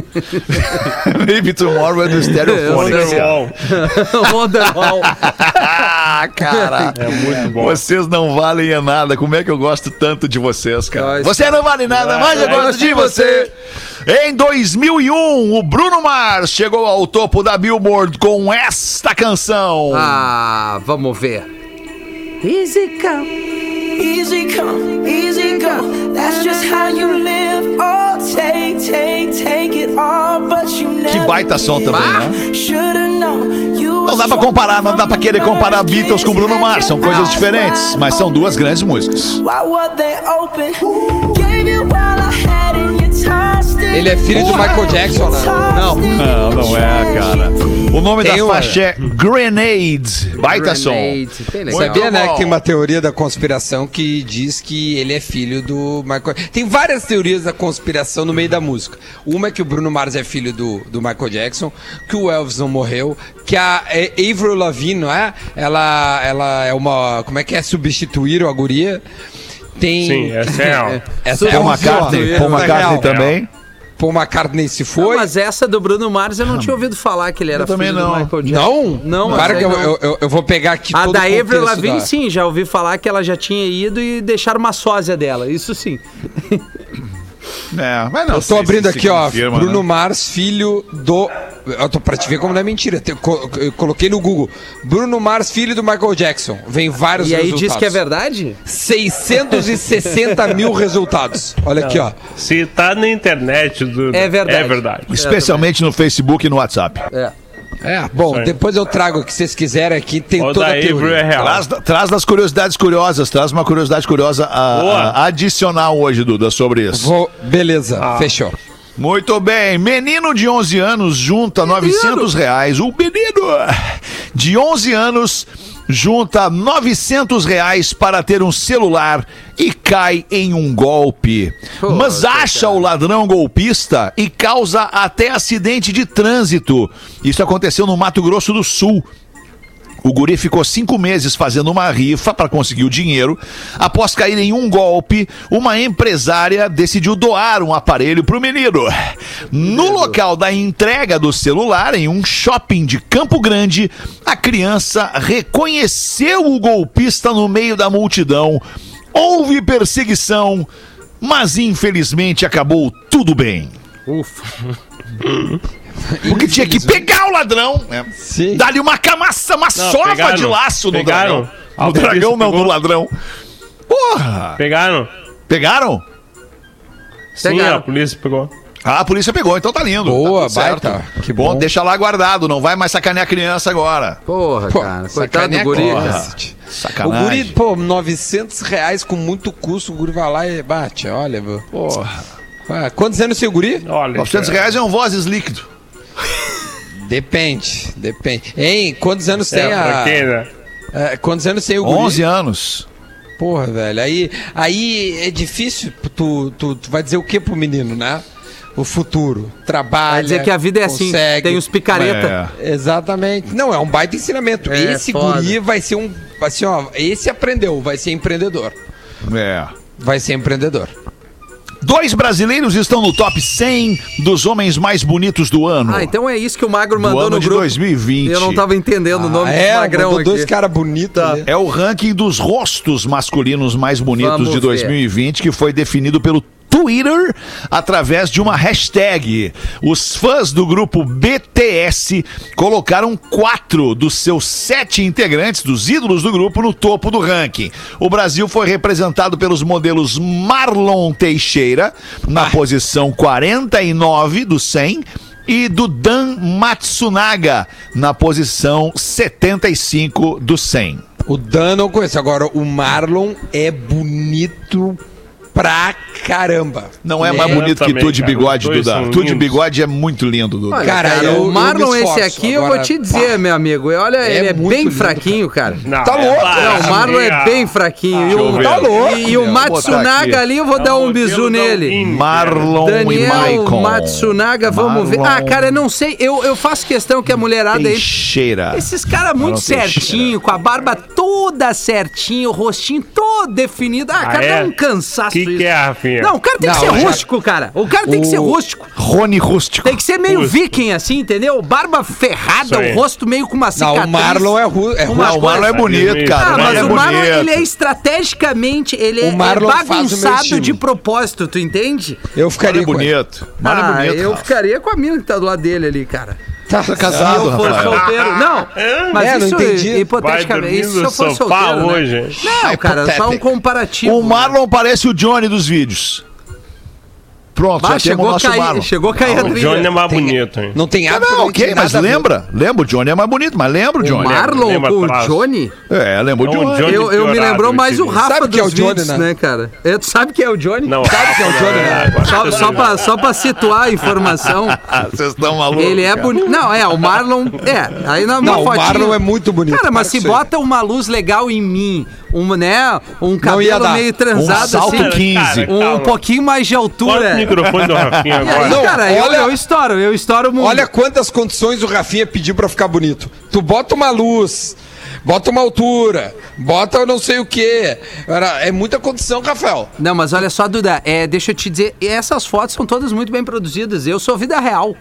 S3: Maybe Tomorrow é do Stereophonics, cara.
S6: Wonderwall.
S4: Wonderwall.
S3: Ah, cara.
S6: É muito bom.
S3: Vocês não valem a nada. Como é que eu gosto tanto de vocês, cara?
S4: Nós-
S3: Você não vale nada, mas eu gosto de você. Em 2001, o Bruno Mars chegou ao topo da Billboard com esta canção.
S4: ah, vamos ver.
S2: Easy come, easy come, easy come. That's just how you live. Oh,
S7: take, take, take it all, but you
S3: Que
S7: never
S3: baita som também, né?
S7: did. Shoulda known you
S3: Não dá pra comparar, não dá pra querer comparar Beatles com Bruno Mars, são coisas diferentes, mas são duas grandes músicas.
S7: Why were they open? Gave you all I had and you tossed it.
S5: Ele é filho de Michael Jackson, né?
S7: Não.
S3: Não, não é, cara. O nome
S5: Tem
S3: da
S5: uma-
S3: faixa é Grenade.
S4: tá
S3: Baita som.
S4: Grenade, bem legal.
S3: Muito
S5: Sabia, né,
S3: bom.
S5: que tem uma teoria da conspiração que diz que ele é filho do Michael... Tem várias teorias da conspiração no meio da música. Uma é que o Bruno Mars é filho do, do Michael Jackson, que o Elvis não morreu, que a é, Avril Lavigne, não é? Ela, ela é uma... Como é que é? Substituíram a guria. Tem...
S6: Sim, essa é real.
S5: Essa
S3: Paul
S5: um
S3: McCartney,
S5: filme,
S3: Paul
S5: essa é
S3: McCartney
S5: real.
S3: também.
S5: Paul McCartney se
S4: Não,
S5: foi.
S4: mas essa do Bruno Mars eu não tinha ouvido falar que ele era
S3: Eu também
S4: filho
S3: não.
S4: do Michael Jackson.
S5: Não?
S4: Não,
S5: Para
S4: essa
S5: que eu,
S4: aí é não.
S5: eu, eu- eu vou pegar aqui
S4: A
S5: todo
S4: da
S5: o
S4: Avril
S5: contexto
S4: Lavigne,
S5: da-
S4: sim, já ouvi falar que ela já tinha ido e deixaram uma sósia dela, isso sim.
S3: É, mas não
S5: Eu tô
S3: sei se
S5: abrindo
S3: se
S5: aqui, ó.
S3: confirma,
S5: Bruno
S3: né?
S5: Mars, filho do. Eu tô pra te ver como não é mentira. Te- co- Eu coloquei no Google. Bruno Mars, filho do Michael Jackson. Vem vários
S4: E aí
S5: resultados.
S4: diz que é verdade?
S5: 660 mil resultados. Olha aqui, ó.
S6: Se tá na internet, Duda,
S4: É verdade.
S6: É verdade.
S3: Especialmente no Facebook e no WhatsApp.
S4: É.
S5: É, bom,
S6: aí.
S5: depois eu trago o que vocês quiserem aqui. Tem
S6: O
S5: toda
S6: da
S5: a
S6: Avril é
S5: teoria.
S6: real.
S3: Traz, traz das curiosidades curiosas, traz uma curiosidade curiosa a-
S6: Boa.
S3: a- adicional hoje, Duda, sobre isso.
S5: Vou... Beleza,
S4: Ah.
S5: fechou.
S3: Muito bem, menino de 11 anos junta 900 reais. O menino de 11 anos junta 900 reais para ter um celular e cai em um golpe. Mas acha o ladrão golpista e causa até acidente de trânsito. Isso aconteceu no Mato Grosso do Sul. O guri ficou cinco meses fazendo uma rifa para conseguir o dinheiro. Após cair em um golpe, uma empresária decidiu doar um aparelho para o menino. No local da entrega do celular, em um shopping de Campo Grande, a criança reconheceu o golpista no meio da multidão. Houve perseguição, mas infelizmente acabou tudo bem. Porque tinha que pegar o ladrão, né?
S5: Sim.
S3: Dá-lhe uma camaça, uma sova
S6: pegaram,
S3: de laço no
S6: pegaram.
S3: dragão.
S6: Ah,
S3: No
S6: o Davis
S3: dragão não,
S6: pegou.
S3: no ladrão. Porra!
S6: Pegaram?
S3: Pegaram?
S6: Sim,
S4: Pegaram.
S6: a polícia pegou.
S3: Ah, a polícia pegou, então tá lindo.
S5: Boa,
S3: tá tudo certo.
S5: baita. Que
S3: bom.
S5: bom.
S3: Deixa lá guardado, não vai mais sacanear a criança agora.
S4: Porra,
S5: Pô,
S4: cara. Coitado
S6: é
S5: sacaneia
S4: do guri.
S5: agora.
S4: cara.
S5: O
S3: Sacanagem.
S5: guri, pô, 900 reais com muito custo. O guri vai lá e bate. Olha, meu.
S3: Porra.
S5: Ah, Quantos anos tem o guri?
S6: Olha.
S3: 900
S6: cara.
S3: reais é um vozes líquido.
S5: Depende, depende. Hein, quantos anos tem
S6: É, pra
S5: a.
S6: quem, né?
S5: é, quantos anos tem o guri?
S3: 11 anos.
S5: Porra, velho. Aí, aí é difícil. Tu, tu, tu vai dizer o que pro menino, né? O futuro. Trabalha.
S4: Vai dizer que a vida é assim,
S5: consegue.
S4: tem os picareta.
S5: Exatamente. Não, é um baita ensinamento.
S4: É,
S5: esse
S4: foda.
S5: guri vai ser um. Assim, ó, esse aprendeu, vai ser empreendedor.
S3: É. é.
S5: Vai ser empreendedor.
S3: Dois brasileiros estão no top 100 dos homens mais bonitos do ano.
S4: Ah, então é isso que o Magro
S3: do
S4: mandou
S3: ano
S4: no
S3: de
S4: grupo.
S3: 2020.
S4: Eu não tava entendendo o
S5: Ah,
S4: nome do Magrão aqui.
S5: mandou
S4: Tá.
S5: é? dois né? caras bonitos. ali.
S3: É o ranking dos rostos masculinos mais bonitos
S4: Vamos
S3: de
S4: ver.
S3: 2020, que foi definido pelo Twitter através de uma hashtag. Os fãs do grupo BTS colocaram quatro dos seus sete integrantes, dos ídolos do grupo, no topo do ranking. O Brasil foi representado pelos modelos Marlon Teixeira,
S4: Ah.
S3: na posição 49 do 100 e do Dan Matsunaga na posição 75 do 100.
S5: O Dan eu conheço. Agora, o Marlon é bonito pra caramba.
S3: Não
S4: Né?
S3: é mais
S5: É.
S3: bonito
S6: Eu
S3: que tu
S6: também,
S3: de
S6: cara.
S3: bigode,
S6: Os dois
S3: Duda.
S6: são
S3: Tu de
S6: lindos.
S3: bigode é muito lindo, Duda.
S4: Olha,
S5: Cara,
S4: cara,
S5: eu- eu
S4: o Marlon,
S5: me esforço.
S4: esse aqui, eu
S5: Agora,
S4: vou te dizer,
S5: pá.
S4: meu amigo. e Olha, ele é
S5: muito
S4: bem
S5: lindo,
S4: fraquinho, cara.
S6: Não, é
S5: Tá louco.
S6: baixo,
S4: Não, o Marlon
S6: né?
S4: é bem fraquinho. E
S3: Deixa eu
S4: o,
S3: ver. Tá
S5: louco,
S4: e o
S5: meu.
S3: Vou botar aqui.
S4: Matsunaga ali, eu vou dar um bisu nele.
S3: Marlon e
S4: Daniel
S3: Maicon.
S4: Matsunaga, vamos ver. Ah, cara, eu não sei. Eu, eu faço questão que a mulherada aí.
S3: Teixeira.
S4: Esses caras muito
S3: Marlon Teixeira.
S4: certinho, com a barba toda certinho, o rostinho todo definido. Ah,
S6: Ah,
S4: cara,
S6: é?
S4: dá um cansaço
S6: Que que
S4: isso.
S6: é, Rafinha?
S4: Não, o cara tem que
S5: Não,
S4: ser
S5: já-
S4: rústico, cara. O cara tem que ser
S5: O-
S4: rústico.
S3: Rony Rústico.
S4: Tem que ser meio
S6: Rústico.
S4: viking, assim, entendeu? Barba ferrada,
S6: Isso aí.
S4: o rosto meio com uma cicatriz.
S5: Não, o Marlon é, ru, é
S4: Uma-
S3: Não, o Marlon é bonito, cara.
S4: Ah,
S3: o Marlon
S4: mas
S3: é
S4: o Marlon,
S3: bonito.
S4: ele é estrategicamente, ele é,
S5: O Marlon
S4: é
S5: faz o meu
S4: bagunçado
S5: estilo.
S4: de propósito, tu entende?
S5: Eu
S3: Marlon
S5: ficaria
S3: é
S5: com ele.
S3: bonito. Marlon é
S4: ah,
S3: bonito.
S4: eu
S3: Rafa.
S4: ficaria com a mina que tá do lado dele ali, cara.
S5: Tá,
S3: casado,
S4: Se eu for
S3: Rafael.
S4: solteiro. Não, mas
S5: É, não
S4: isso
S5: entendi.
S6: Vai
S4: hipoteticamente.
S6: dormir
S4: Isso se
S6: Ah. no
S4: eu for
S6: sofá
S4: solteiro. né?
S6: hoje.
S4: Não, cara, só um
S5: hipotético.
S4: comparativo.
S3: O Marlon parece o Johnny dos vídeos. Pronto,
S4: Bah,
S3: já temos o
S4: chegou, a
S3: nosso barro.
S4: cair, chegou a cair a
S6: O
S4: trilha.
S6: Johnny é mais
S5: Tem-
S6: bonito, hein?
S5: Não tem
S3: Não,
S5: água,
S3: não, ok, mas lembra. Lembra, o Johnny é mais bonito, mas lembra o
S4: O
S6: é
S3: Johnny.
S4: Marlon
S6: Lembra
S4: com o
S6: atrás.
S4: Johnny?
S3: É, lembra o
S6: Não, o
S3: Johnny.
S6: Johnny-
S4: Eu, eu me
S6: piorado,
S4: lembrou mais o
S6: entendi.
S4: Rafa
S5: Sabe
S4: dos
S5: que é o Johnny,
S4: vídeos,
S5: né?
S4: né, cara? É, tu sabe que é o Johnny?
S6: Não,
S5: Sabe que é o Johnny, né?
S4: Só, só, pra, só pra situar a informação,
S3: Ah, vocês estão malucos.
S4: ele é
S3: cara.
S4: bonito. Não, é, o Marlon. É, aí na
S5: Não,
S4: uma
S5: o
S4: fotinha-
S5: Marlon é muito bonito,
S4: Cara, mas se
S5: para com isso aí.
S4: bota uma luz legal em mim, um, né? Um
S5: ia
S4: cabelo
S5: dar.
S4: meio
S3: Um
S4: transado
S3: salto
S4: assim.
S3: 15.
S4: Um
S6: Calma.
S4: pouquinho mais de
S6: Corta
S4: altura.
S6: o microfone do Rafinha
S4: né? E aí,
S5: Não,
S6: agora.
S4: cara, eu-
S5: olha-
S4: eu, estouro, eu estouro muito.
S5: Olha quantas condições o Rafinha pediu pra ficar bonito. Tu bota uma luz, bota uma altura, bota eu não sei o quê. Era- É muita condição, Rafael.
S4: Não, mas olha só, Duda, é, deixa eu te dizer, essas fotos são todas muito bem produzidas. Eu sou vida real.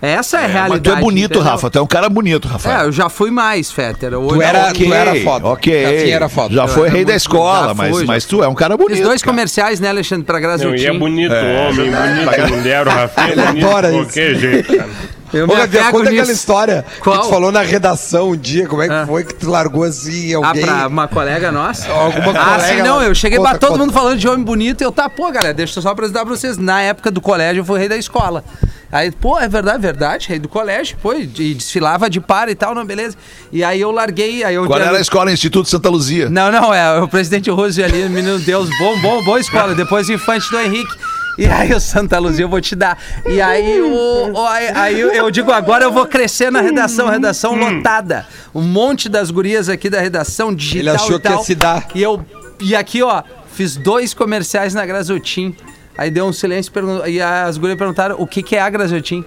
S4: Essa é, a
S3: Mas
S4: realidade.
S3: tu é bonito,
S4: entendeu?
S3: Rafa. Tu é um cara bonito,
S4: É,
S3: Rafa. é
S4: eu já fui mais, Fetter. Hoje
S5: Tu era,
S4: eu-
S5: tu era foda.
S3: Ok.
S5: Rafinha era foda.
S3: Já
S4: Eu
S3: foi
S4: era
S3: rei da
S4: muito-
S3: escola,
S4: já
S3: mas,
S4: fui, já
S3: mas tu é um cara
S4: Fiz
S3: bonito.
S4: dois
S3: cara.
S4: comerciais, né, Alexandre, pra
S6: Não, e é
S4: Grazutin.
S6: bonito homem, bonito mulher, o Rafinha é bonito
S5: adora
S6: de
S5: isso.
S6: qualquer jeito, cara.
S4: Eu
S5: Ô,
S4: me
S5: Rafinha,
S4: apego
S5: conta aquela
S4: nisso.
S5: história
S4: Qual?
S5: que tu falou na redação um dia. Como é que
S4: Ah.
S5: foi que tu largou assim
S4: Ah,
S5: alguém?
S4: pra uma colega nossa?
S5: Alguma
S4: Ah,
S5: colega
S4: sim, não,
S5: lá.
S4: eu cheguei
S5: Conta,
S4: pra todo
S5: conta.
S4: mundo falando de homem bonito e eu, tá, pô, galera, deixa eu só apresentar pra vocês. Na época do colégio, eu fui rei da escola. Aí, pô, é verdade, é verdade, rei do colégio, pô, e de- desfilava de par e tal, não, beleza. E aí eu larguei, aí eu...
S3: Qual era a escola? Instituto Santa Luzia.
S4: Não, não, é o presidente Rose ali, menino Deus, bom, bom, boa escola. Depois o infante do Henrique. E aí o Santa Luzia eu vou te dar. E aí o, o- aí, aí eu- eu digo, agora eu vou crescer na redação, redação
S5: Hum.
S4: lotada. Um monte das gurias aqui da redação digital
S5: Ele achou
S4: e tal.
S5: que ia se dar.
S4: E eu e aqui, ó, fiz dois comerciais na Grazotin. Aí deu um silêncio e perguntou- e as gurias perguntaram o que que é a Grazotin.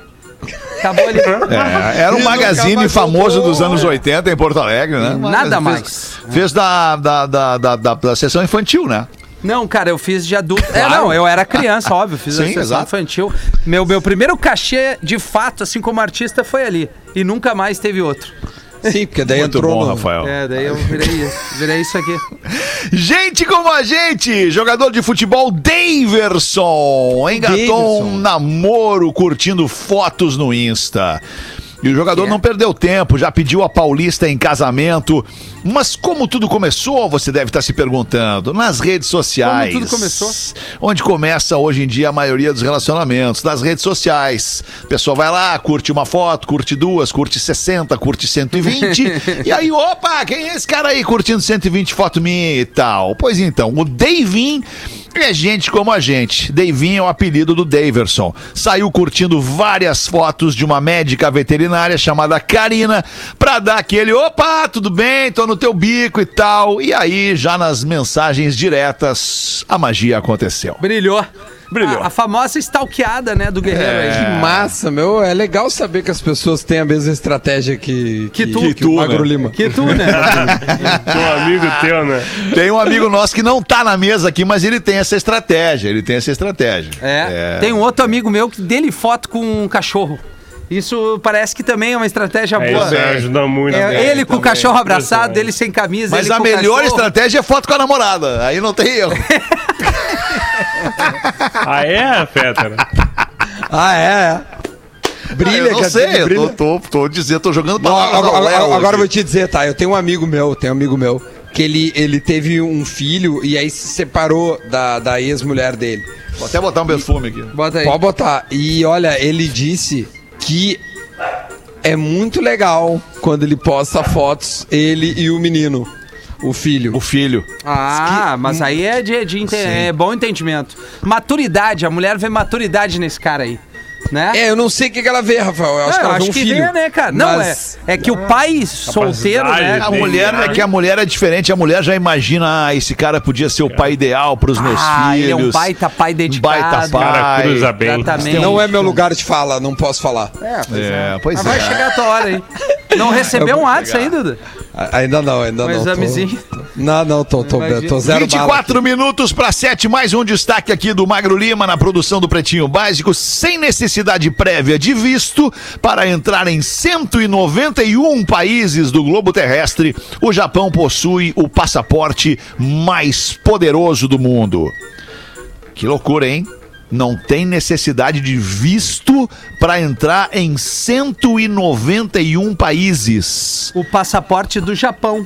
S4: Acabou ali.
S3: É, era um
S5: nunca
S3: magazine
S5: mais
S3: famoso
S5: voltou,
S3: dos anos 80 em Porto Alegre, né?
S4: Nada
S3: Fez-
S4: mais.
S3: Fez da, da, da, da, da- da sessão infantil, né?
S4: Não, cara, eu fiz de adulto. É, não, eu era criança, óbvio, fiz
S3: Sim,
S4: a sessão
S3: exato.
S4: infantil. Meu, meu primeiro cachê, de fato, assim como artista, foi ali. E nunca mais teve outro.
S5: Sim, porque daí
S3: Muito
S5: entrou
S3: bom,
S5: no...
S3: Rafael.
S4: É, daí eu virei isso, virei isso aqui.
S3: Gente como a gente, jogador de futebol Daverson engatou um
S5: Daverson.
S3: namoro curtindo fotos no Insta. E o jogador não perdeu tempo, já pediu a Paulista em casamento. Mas como tudo começou, você deve estar se perguntando, nas redes sociais.
S4: Como tudo começou?
S3: Onde começa hoje em dia a maioria dos relacionamentos, nas redes sociais. A pessoa vai lá, curte uma foto, curte duas, curte 60, curte 120. e aí, opa, quem é esse cara aí curtindo 120 foto minha e tal? Pois então, o Davin é gente como a gente. Davin é o apelido do Daverson. Saiu curtindo várias fotos de uma médica veterinária chamada Karina pra dar aquele, opa, tudo bem, tô no teu bico e tal. E aí, já nas mensagens diretas, a magia aconteceu.
S4: Brilhou.
S3: Brilhou.
S4: A, a famosa stalkeada, né, do guerreiro aí.
S5: Que massa, meu. É legal saber que as pessoas têm a mesma estratégia que,
S4: Que tu,
S5: que,
S4: que
S5: o
S4: tu,
S5: Magro
S3: né?
S5: Lima.
S4: Que tu, né?
S6: Teu é amigo teu, né?
S3: Tem um amigo nosso que não tá na mesa aqui, mas ele tem essa estratégia. Ele tem essa estratégia.
S4: É. Tem um outro amigo meu que dele foto com um cachorro. Isso parece que também é uma estratégia
S6: É
S4: boa.
S6: isso, aí, ajuda muito.
S4: É,
S6: né?
S4: ele com o cachorro abraçado, ele sem camisa.
S3: Mas
S4: ele
S3: a
S4: com o
S3: melhor
S4: cachorro.
S3: estratégia é foto com a namorada. Aí não tem erro.
S6: Ah, é, Fétera?
S5: Ah, é,
S3: Ah,
S5: é.
S3: eu
S5: Brilha,
S3: não
S5: quer dizer,
S3: sei.
S5: brilha.
S3: Eu tô, tô, tô dizendo, tô jogando
S5: Não,
S3: palavras
S5: agora,
S3: ao
S5: agora-
S3: léu
S5: agora eu vou
S3: é hoje.
S5: te dizer, tá? Eu tenho um amigo meu, tenho um amigo meu, que ele, ele teve um filho e aí se separou da, da ex-mulher dele.
S3: Vou até botar um perfume aqui.
S4: Bota aí.
S5: Pode botar. E olha, ele disse que é muito legal quando ele posta fotos, ele e o menino, o filho.
S3: O filho.
S4: Ah, mas aí é de, de inte- é bom entendimento. Maturidade, a mulher vê maturidade nesse cara aí, né?
S5: É, eu não sei o que que ela vê, Rafael. Eu acho
S4: É,
S5: que
S4: eu
S5: ela vê um
S4: que
S5: filho.
S4: vê, né, cara? Não,
S5: Mas-
S4: é, é que o pai solteiro, né?
S3: A
S6: Tem,
S3: mulher
S6: né?
S3: é que a mulher é diferente, a mulher já imagina, ah, esse cara podia ser o pai ideal pros meus
S4: Ah,
S3: filhos.
S4: ele é um baita pai dedicado.
S3: Baita
S6: Cara,
S3: pai.
S6: cruza bem.
S4: Exatamente.
S5: Não é meu lugar de fala, não posso falar.
S3: É, pois
S4: Mas vai
S3: é.
S4: chegar a tua hora, hein? Não recebeu um WhatsApp aí, Duda?
S5: A- Ainda não, ainda
S4: Um
S5: não. tô-
S4: examezinho.
S5: Não, não, tô, tô,
S4: Imagina.
S5: tô zero bala aqui.
S3: 24 minutos para 7, mais um destaque aqui do Magro Lima na produção do Pretinho Básico, sem necessidade prévia de visto para entrar em 191 países do globo terrestre. O Japão possui o passaporte mais poderoso do mundo. Que loucura, hein? Não tem necessidade de visto para entrar em 191 países.
S4: O passaporte do Japão.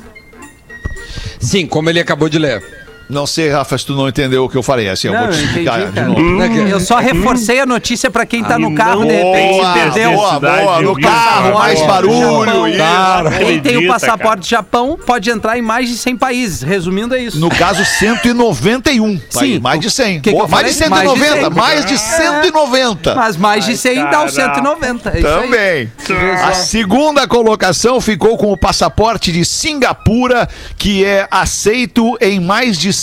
S5: Sim, como ele acabou de ler.
S3: Não sei, Rafa, se tu não entendeu o que eu falei. Assim, eu
S4: Não,
S3: vou te
S4: eu entendi,
S3: explicar de
S4: cara.
S3: novo.
S4: Eu só reforcei a notícia pra quem tá no carro,
S6: não.
S4: de repente,
S3: Boa,
S4: entendeu?
S3: boa, boa. No
S6: Ouvir
S3: carro,
S6: falar.
S3: mais barulho.
S4: Japão.
S3: isso.
S6: Claro.
S4: Quem tem o
S6: Acredita, cara.
S4: passaporte Japão pode entrar em mais de 100 países. Resumindo, é isso.
S3: No caso, 191. Sim.
S4: Sim.
S3: Tá mais de 100.
S4: Que que
S3: Boa,
S4: eu
S3: mais de
S4: falei? Mais de
S3: 190.
S4: 100.
S3: Mais de 190.
S4: Mas mais de 100 dá
S6: cara.
S4: o 190. é isso aí.
S3: Também. A segunda colocação ficou com o passaporte de Singapura, que é aceito em mais de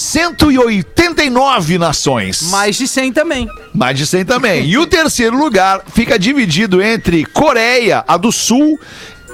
S3: 189 nações.
S4: Mais de 100 também.
S3: Mais de 100 também. E o terceiro lugar fica dividido entre Coreia, a do Sul,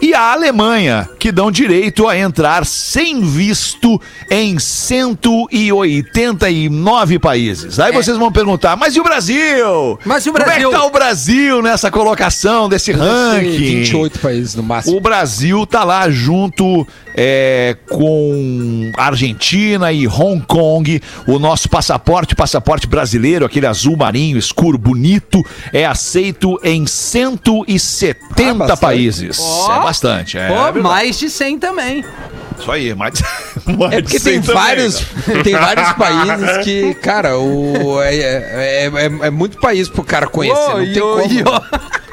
S3: e a Alemanha, que dão direito a entrar sem visto em 189 países. Aí vocês vão perguntar, mas e o Brasil?
S4: É. Mas e o
S3: Como é
S4: Brasil?
S3: que tá o Brasil nessa colocação desse ranking?
S5: 28 países no máximo.
S3: O Brasil tá lá junto é, com Argentina e Hong Kong. O nosso passaporte, passaporte brasileiro, aquele azul marinho, escuro, bonito, é aceito em 170
S5: Ah, bastante.
S3: países. É bastante. É,
S4: Pô,
S3: É verdade.
S4: mais de 100 também.
S3: Isso aí, mas. mas
S5: É porque
S3: sei
S5: tem
S3: também,
S5: vários,
S3: cara.
S4: né?
S5: tem vários países que, cara, o, é, é, é- é muito país pro cara conhecer.
S4: Ô,
S5: não tem
S4: iô,
S5: como.
S4: iô.
S3: né?
S4: É.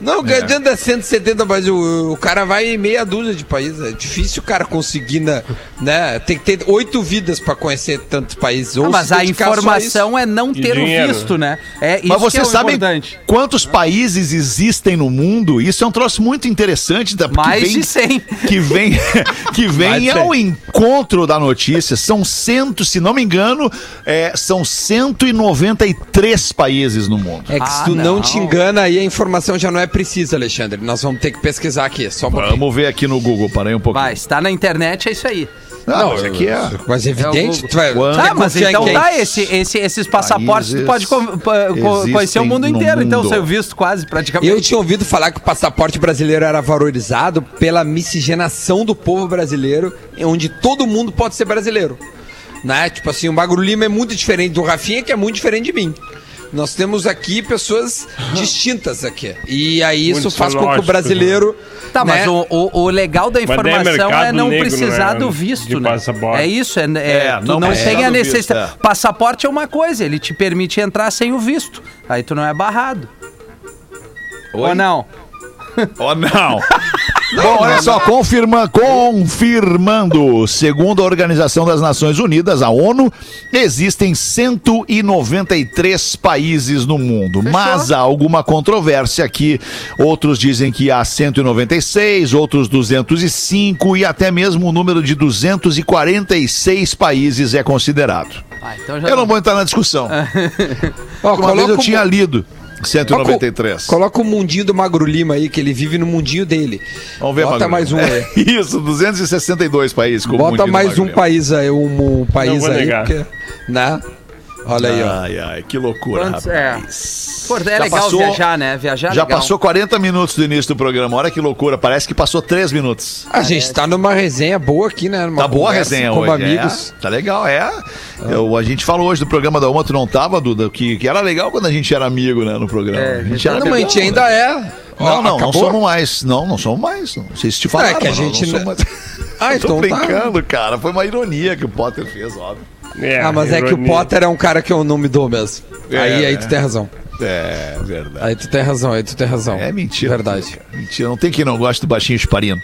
S5: Não, dentro das 170 países, o, o cara vai em meia dúzia de países. É difícil o cara conseguir, na- né? Tem que ter oito vidas pra conhecer tantos países. Ou
S4: Ah, mas
S5: se
S4: a
S5: dedicar só
S4: informação é não ter o
S6: dinheiro.
S4: visto, né? É isso
S3: Mas
S4: que é
S3: vocês
S4: o
S3: sabem
S4: importante.
S3: quantos países existem no mundo? Isso é um troço muito interessante. Da, que
S4: Mais
S3: vem-
S4: de 100.
S3: que vem, que
S5: Vai
S3: vem
S5: ter.
S3: ao encontro da notícia. São cento, se não me engano, é, são 193 países no mundo.
S5: É que
S4: Ah,
S5: se tu não.
S4: não.
S5: te engana, aí a informação já não é precisa, Alexandre. Nós vamos ter que pesquisar aqui, só um pouquinho.
S3: Vamos ver aqui no Google, parei um pouquinho.
S4: Vai, está na internet, é isso aí.
S3: Não, mas aqui é.
S5: Mas evidente,
S4: Google.
S5: tu vai.
S3: Quanto-
S5: tu vai
S4: Tá, mas
S5: confiar em
S4: então
S3: é
S5: quem?
S4: tá, esse, esse- esses passaportes tu pode co- pa- co-
S3: existem
S4: conhecer o mundo
S3: no
S4: inteiro, então,
S3: mundo.
S4: seu visto quase, praticamente.
S5: Eu tinha ouvido falar que o passaporte brasileiro era valorizado pela miscigenação do povo brasileiro, onde todo mundo pode ser brasileiro. Né? Tipo assim, o Magro Lima é muito diferente do Rafinha, que é muito diferente de mim. Nós temos aqui pessoas distintas aqui. E aí isso
S6: Muito
S5: faz com que o
S3: né?
S6: lógico,
S5: brasileiro.
S4: Tá, mas
S5: né?
S4: o, o- o legal da
S6: daí é
S4: informação é,
S6: mercado
S4: não
S6: negro,
S4: precisar
S6: né?
S4: do
S6: De
S4: visto, né?
S6: passaporte.
S4: É isso, é, é,
S3: É,
S4: tu
S3: não
S4: não,
S3: precisar
S4: tem a
S3: do visto,
S4: necessidade.
S3: é.
S4: Passaporte é uma coisa, ele te permite entrar sem o visto. Aí tu não é barrado. Ou não?
S3: Oh, não! né? Bom, olha só, confirma, confirmando, segundo a Organização das Nações Unidas, a ONU, existem 193 países no mundo, mas há alguma controvérsia aqui. Outros dizem que há 196, outros 205 e até mesmo o número de 246 países é considerado.
S4: Ah, então já
S3: Eu não vou entrar na discussão.
S5: Ó,
S3: Uma vez eu
S5: o-
S3: tinha lido
S5: Coloca o-
S3: 193.
S5: Coloca o mundinho do Magro Lima aí, que ele vive no mundinho dele.
S3: Vamos ver,
S5: Bota
S3: Magro.
S5: mais um aí.
S3: Isso, 262 países. como
S5: Bota
S3: mundial,
S5: mais
S3: Magro
S5: um
S3: Lima.
S5: país aí, um, um país
S6: vou
S5: aí.
S6: negar.
S5: Porque, né? Olha aí, ó.
S3: Ai, ai, que loucura.
S4: Quantos-
S3: rapaz.
S4: é. Pô, é
S3: Já
S4: legal
S3: passou-
S4: viajar, né? Viajar é
S3: Já
S4: legal.
S3: passou 40 minutos do início do programa. Olha que loucura. Parece que passou 3 minutos.
S5: A
S4: é
S5: gente tá numa resenha boa aqui, né? Numa
S3: Tá boa a
S5: conversa
S3: resenha
S5: com
S3: hoje.
S5: amigos.
S3: é. tá legal, é. Eu- a gente falou hoje do programa da Uma, tu não tava, Duda, que, que era legal quando a gente era amigo, né, no programa.
S4: É,
S3: a gente
S4: já
S3: era
S5: Não, mas a gente
S3: legal,
S5: ainda
S3: né?
S5: é. Ó,
S3: Não, não, não
S5: acabou?
S3: somos mais. Não, não somos mais. Não sei se te
S5: é
S3: falaram.
S5: que a
S3: não,
S5: gente
S3: não,
S5: não-
S3: somos mais.
S5: Ah,
S3: Eu Tô
S5: então tá.
S3: brincando, cara. Foi uma ironia que o Potter fez, óbvio.
S6: É,
S5: Ah, mas é que o
S6: ironia.
S5: Potter é um cara que eu não me dou mesmo.
S3: É,
S5: aí, aí
S3: é.
S5: tu tem razão.
S3: É, verdade.
S5: Aí tu tem razão, aí tu tem razão.
S3: É mentira.
S5: Verdade.
S3: cara. Mentira. Não tem quem não goste do baixinho chuparino.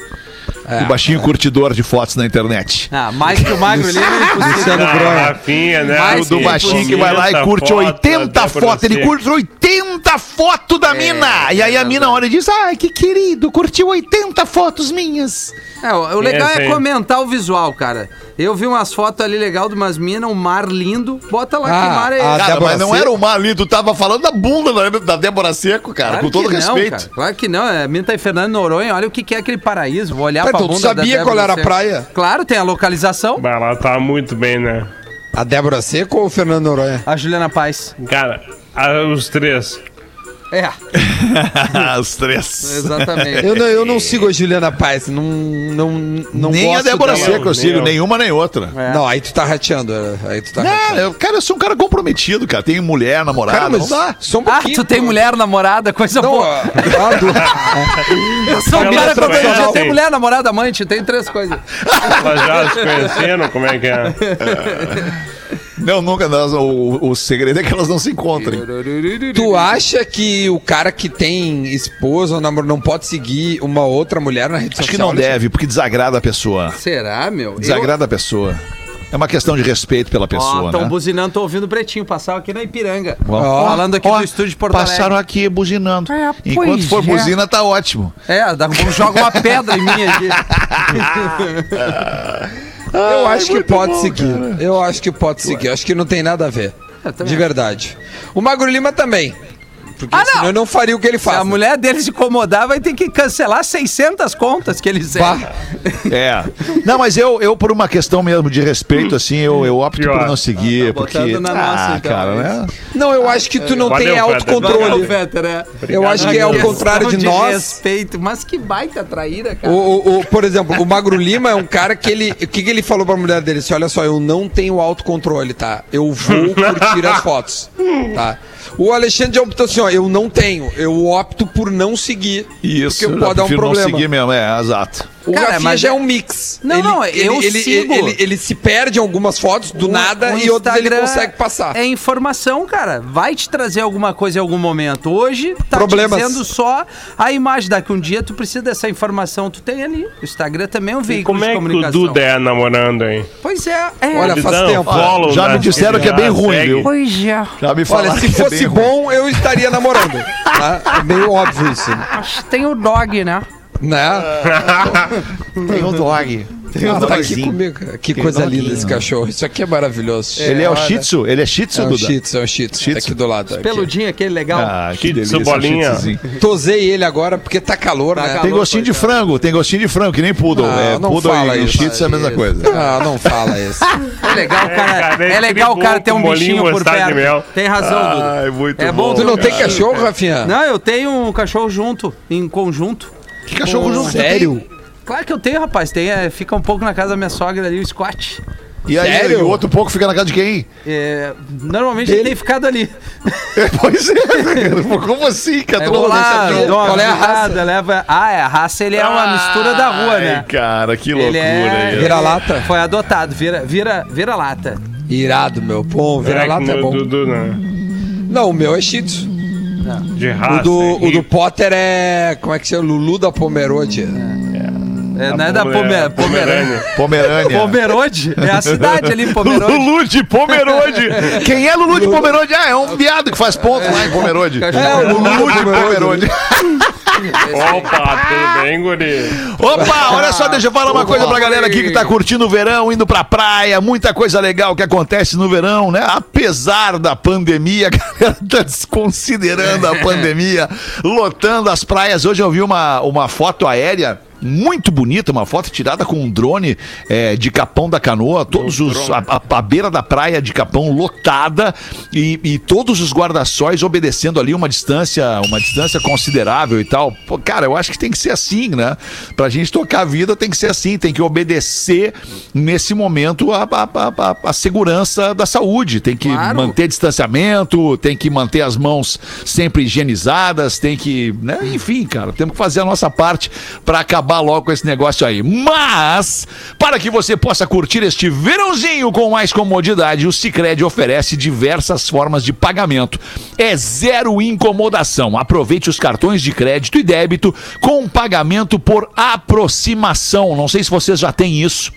S5: É.
S3: do baixinho curtidor de fotos na internet.
S4: Ah, mais que o Magro Lima é impossível.
S5: Luciano
S6: Ah,
S5: Grohe.
S6: Rafinha, né?
S3: Mas
S6: O
S3: do baixinho que vai lá e curte 80 fotos. Ele curte 80 fotos da mina. E aí a mina olha e diz: Ai, que querido, curtiu 80 fotos minhas.
S4: É, o o legal
S6: Essa
S4: é
S6: aí.
S4: comentar o visual, cara. Eu vi umas fotos ali legal de umas minas, um mar lindo. Bota lá
S5: Ah,
S4: que mar é
S5: a
S4: esse.
S3: Cara,
S5: Débora
S3: mas não
S5: Seco?
S3: era o Marli, tu tava falando da bunda da, da Débora Seco, cara,
S4: Claro
S3: com todo
S4: que não,
S3: respeito.
S4: cara. Claro que não. É, A mina tá em Fernando de Noronha. Olha o que, que é aquele paraíso. Vou olhar
S5: Tá,
S4: pra
S5: então, tu
S4: bunda da
S5: sabia
S4: Débora
S5: qual era a
S4: Seco.
S5: praia?
S4: Claro, tem a localização.
S6: Vai lá, tá muito bem, né?
S5: A Débora Seco ou o Fernando Noronha?
S4: A Juliana Paz.
S6: Cara, a- os três.
S4: É,
S3: Os três.
S4: exatamente.
S5: Eu não, eu não sigo a Juliana Paz, não, não, não
S3: É. nem
S5: gosto
S3: a Débora
S5: dela.
S3: Seca eu sigo,
S6: eu.
S3: nenhuma nem outra.
S4: É.
S5: Não, aí tu tá rateando. Aí tu tá
S3: Não,
S5: rateando.
S3: eu, cara, eu sou um cara comprometido, cara. Tenho mulher, namorada.
S5: Cara, mas
S3: não dá.
S5: só um
S4: Ah,
S5: pouquinho,
S4: tu tem
S5: pô.
S4: mulher namorada, coisa
S5: Não,
S4: boa.
S5: ah, ah, do-
S4: Eu sou um
S6: ela
S4: cara
S6: trabalha
S4: comprometido. Eu
S6: assim.
S4: tenho mulher, namorada, amante, eu tenho três coisas.
S6: Elas já se conheceram, como é que é?
S3: Não, nunca. nós- o, o segredo é que elas não se encontrem.
S5: tu acha que o cara que tem esposa ou namoro não pode seguir uma outra mulher na rede
S3: Acho
S5: social?
S3: que não deve, porque desagrada a pessoa.
S4: Será, meu? Eu-
S3: Desagrada a pessoa. É uma questão de respeito pela
S4: Ó,
S3: pessoa,
S4: tão
S3: né?
S4: buzinando, tô ouvindo o Pretinho passar aqui na Ipiranga.
S5: Ó,
S4: Falando aqui
S3: Ó,
S4: do estúdio de Porto
S3: Passaram aqui buzinando.
S4: É,
S3: Enquanto
S4: pois
S3: for
S4: é.
S3: buzina, tá ótimo.
S4: Alegre. É, dá- joga uma pedra em mim aqui.
S3: Ah,
S5: Eu
S3: é
S5: acho que pode seguir. Eu acho que pode seguir. Eu acho que não tem nada a ver.
S4: também
S5: De verdade. O Magro Lima também. Porque
S4: Ah, não!
S5: senão eu não faria o que ele
S4: Se
S5: faz.
S4: a mulher dele se incomodar, vai ter que cancelar 600 contas que eles
S5: Pá.
S3: É. Não, mas eu, eu por uma questão mesmo de respeito, assim, eu, eu opto
S6: Pior.
S3: por não seguir,
S4: Ah, tá
S3: porque...
S4: botando na nossa,
S3: ah,
S4: então,
S3: cara,
S4: é
S3: né?
S5: Não, eu acho que tu não
S6: Valeu,
S5: tem
S6: Fred.
S5: autocontrole.
S6: Valeu,
S5: Eu acho que é o
S4: Questão
S5: contrário de nós.
S4: respeito, mas que baita traíra,
S5: O,
S4: cara.
S5: o- o- por exemplo, o Magro Lima é um cara que ele. O que, que ele falou pra mulher dele? Assim, olha só, eu não tenho autocontrole, tá? Eu vou curtir as fotos. Tá? O Alexandre optou assim, ó, eu não tenho. Eu opto por não seguir.
S3: Isso,
S5: porque
S3: eu
S5: pode dar um
S3: prefiro
S5: problema.
S3: não seguir mesmo, é, exato.
S5: O
S4: Cara,
S5: Rafinha
S4: mas
S5: já é
S4: é-
S5: um mix.
S4: Não, não, eu
S5: ele,
S4: sigo.
S5: Ele, ele- ele se perde em algumas fotos do
S4: O-
S5: nada
S4: o
S5: e outras ele
S4: Instagram
S5: consegue passar.
S4: É informação, cara. Vai te trazer alguma coisa em algum momento. Hoje tá
S5: Problemas.
S4: te dizendo só a imagem. Daqui um dia tu precisa dessa informação, tu tem ali. O Instagram também é um
S6: E
S4: veículo
S6: como
S4: de
S6: é que o
S4: comunicação.
S6: Duda é namorando, hein?
S4: Pois é, é.
S5: Olha, faz
S6: Dão
S5: tempo.
S6: follow
S3: Já me
S6: nas-
S3: disseram que é bem ruim,
S6: segue.
S3: viu?
S4: Pois é.
S3: Já me
S5: Olha,
S3: falaram
S5: se
S3: que é
S5: fosse
S3: bem ruim.
S5: bom, eu estaria namorando. tá? É meio óbvio isso.
S3: né?
S4: Acho que tem o dog, né?
S5: Né?
S3: Tem um dog. Tem um
S5: Tá aqui
S3: dogzinho.
S5: comigo. cara. Que coisa
S3: doguinho.
S5: linda esse cachorro. Isso aqui é maravilhoso.
S3: Ele é o
S5: olha.
S3: Shih Tzu? Ele é Shih Tzu,
S5: É um
S3: Duda?
S5: shih tzu, é um shih tzu.
S3: Shih
S5: Tá
S3: Tzu.
S5: aqui do lado. aqui.
S4: Peludinho, aquele legal.
S3: Ah, que
S6: Shih Tzu,
S3: delícia. um
S6: bolinha.
S3: Shih Tzuzinho.
S5: Tosei ele agora porque tá calor, né?
S4: calor.
S3: Tem gostinho de frango, tem gostinho de frango, que nem poodle.
S5: Ah,
S3: é,
S5: não
S3: poodle
S5: fala
S3: e
S5: isso.
S3: Shih Tzu é a mesma coisa.
S5: Ah, não fala isso.
S4: É legal, cara. É,
S6: cara, é
S4: legal o cara ter um
S6: tribo com
S4: bichinho
S6: molinho,
S4: por
S6: gostar de
S4: perto.
S6: mel.
S4: Tem razão, Duda.
S3: Ai, muito
S4: É bom,
S5: Tu não tem
S3: cara.
S5: cachorro, Rafinha?
S4: Não, eu tenho um cachorro junto, em conjunto.
S3: Que cachorro junto que
S5: Sério?
S4: Claro que eu tenho, rapaz. Tem, é, fica um pouco na casa da minha sogra ali, o Scott.
S3: tem? E aí,
S5: Sério?
S3: e o outro pouco fica na casa de quem?
S4: É, normalmente ele...
S5: Ele-
S4: tem ficado ali.
S3: pois é, cara. Como assim,
S5: É
S3: cara?
S4: Eu
S3: Tu
S4: vou
S3: não
S4: lá,
S3: sabe
S4: dou uma
S5: Qual é a
S4: ajudada,
S5: raça?
S4: leva. Ah, é, a raça ele é uma mistura da rua,
S3: Ai,
S4: né?
S3: cara, que
S4: Ele
S3: loucura.
S4: é-
S3: hein?
S5: Vira-lata.
S4: Foi adotado, vira, vira, vira lata.
S5: Irado, meu. Bom,
S4: tá
S5: vira-lata é
S6: o
S5: bom.
S6: Dudu, né?
S5: Não, o meu é shih tzu.
S6: De
S5: O
S6: raça.
S5: do, o
S6: e-
S5: do Potter é. Como é que chama? Lulu da Pomerode.
S4: É, não é da
S6: Pomer-
S4: Pomer- Pomerânia.
S3: Pomerânia.
S4: Pomerode? É a cidade ali, Pomerode.
S3: Lulu de Pomerode. Quem é Lulu de Pomerode? Ah, é um viado que faz ponto lá em Pomerode.
S4: É,
S5: o
S3: Lulu de Pomerode.
S6: Opa, tudo bem, guri?
S3: Opa, olha só, deixa eu falar uma coisa pra galera aqui que tá curtindo o verão, indo pra praia, muita coisa legal que acontece no verão, né? Apesar da pandemia, a galera tá desconsiderando a pandemia, lotando as praias. Hoje eu vi uma, uma foto aérea. Muito bonita, uma foto tirada com um drone eh, de Capão da Canoa, todos os. A, a- a beira da praia de Capão lotada e, e todos os guarda-sóis obedecendo ali uma distância, uma distância considerável e tal. Pô, cara, eu acho que tem que ser assim, né? Pra gente tocar a vida tem que ser assim, tem que obedecer nesse momento a, a- a- a- a segurança da saúde. Tem que
S4: Claro.
S3: manter distanciamento, tem que manter as mãos sempre higienizadas, tem que. né? Enfim, cara, temos que fazer a nossa parte pra acabar logo com esse negócio aí. Mas, para que você possa curtir este verãozinho com mais comodidade, o Cicred oferece diversas formas de pagamento. É zero incomodação. Aproveite os cartões de crédito e débito com um pagamento por aproximação. Não sei se vocês já têm isso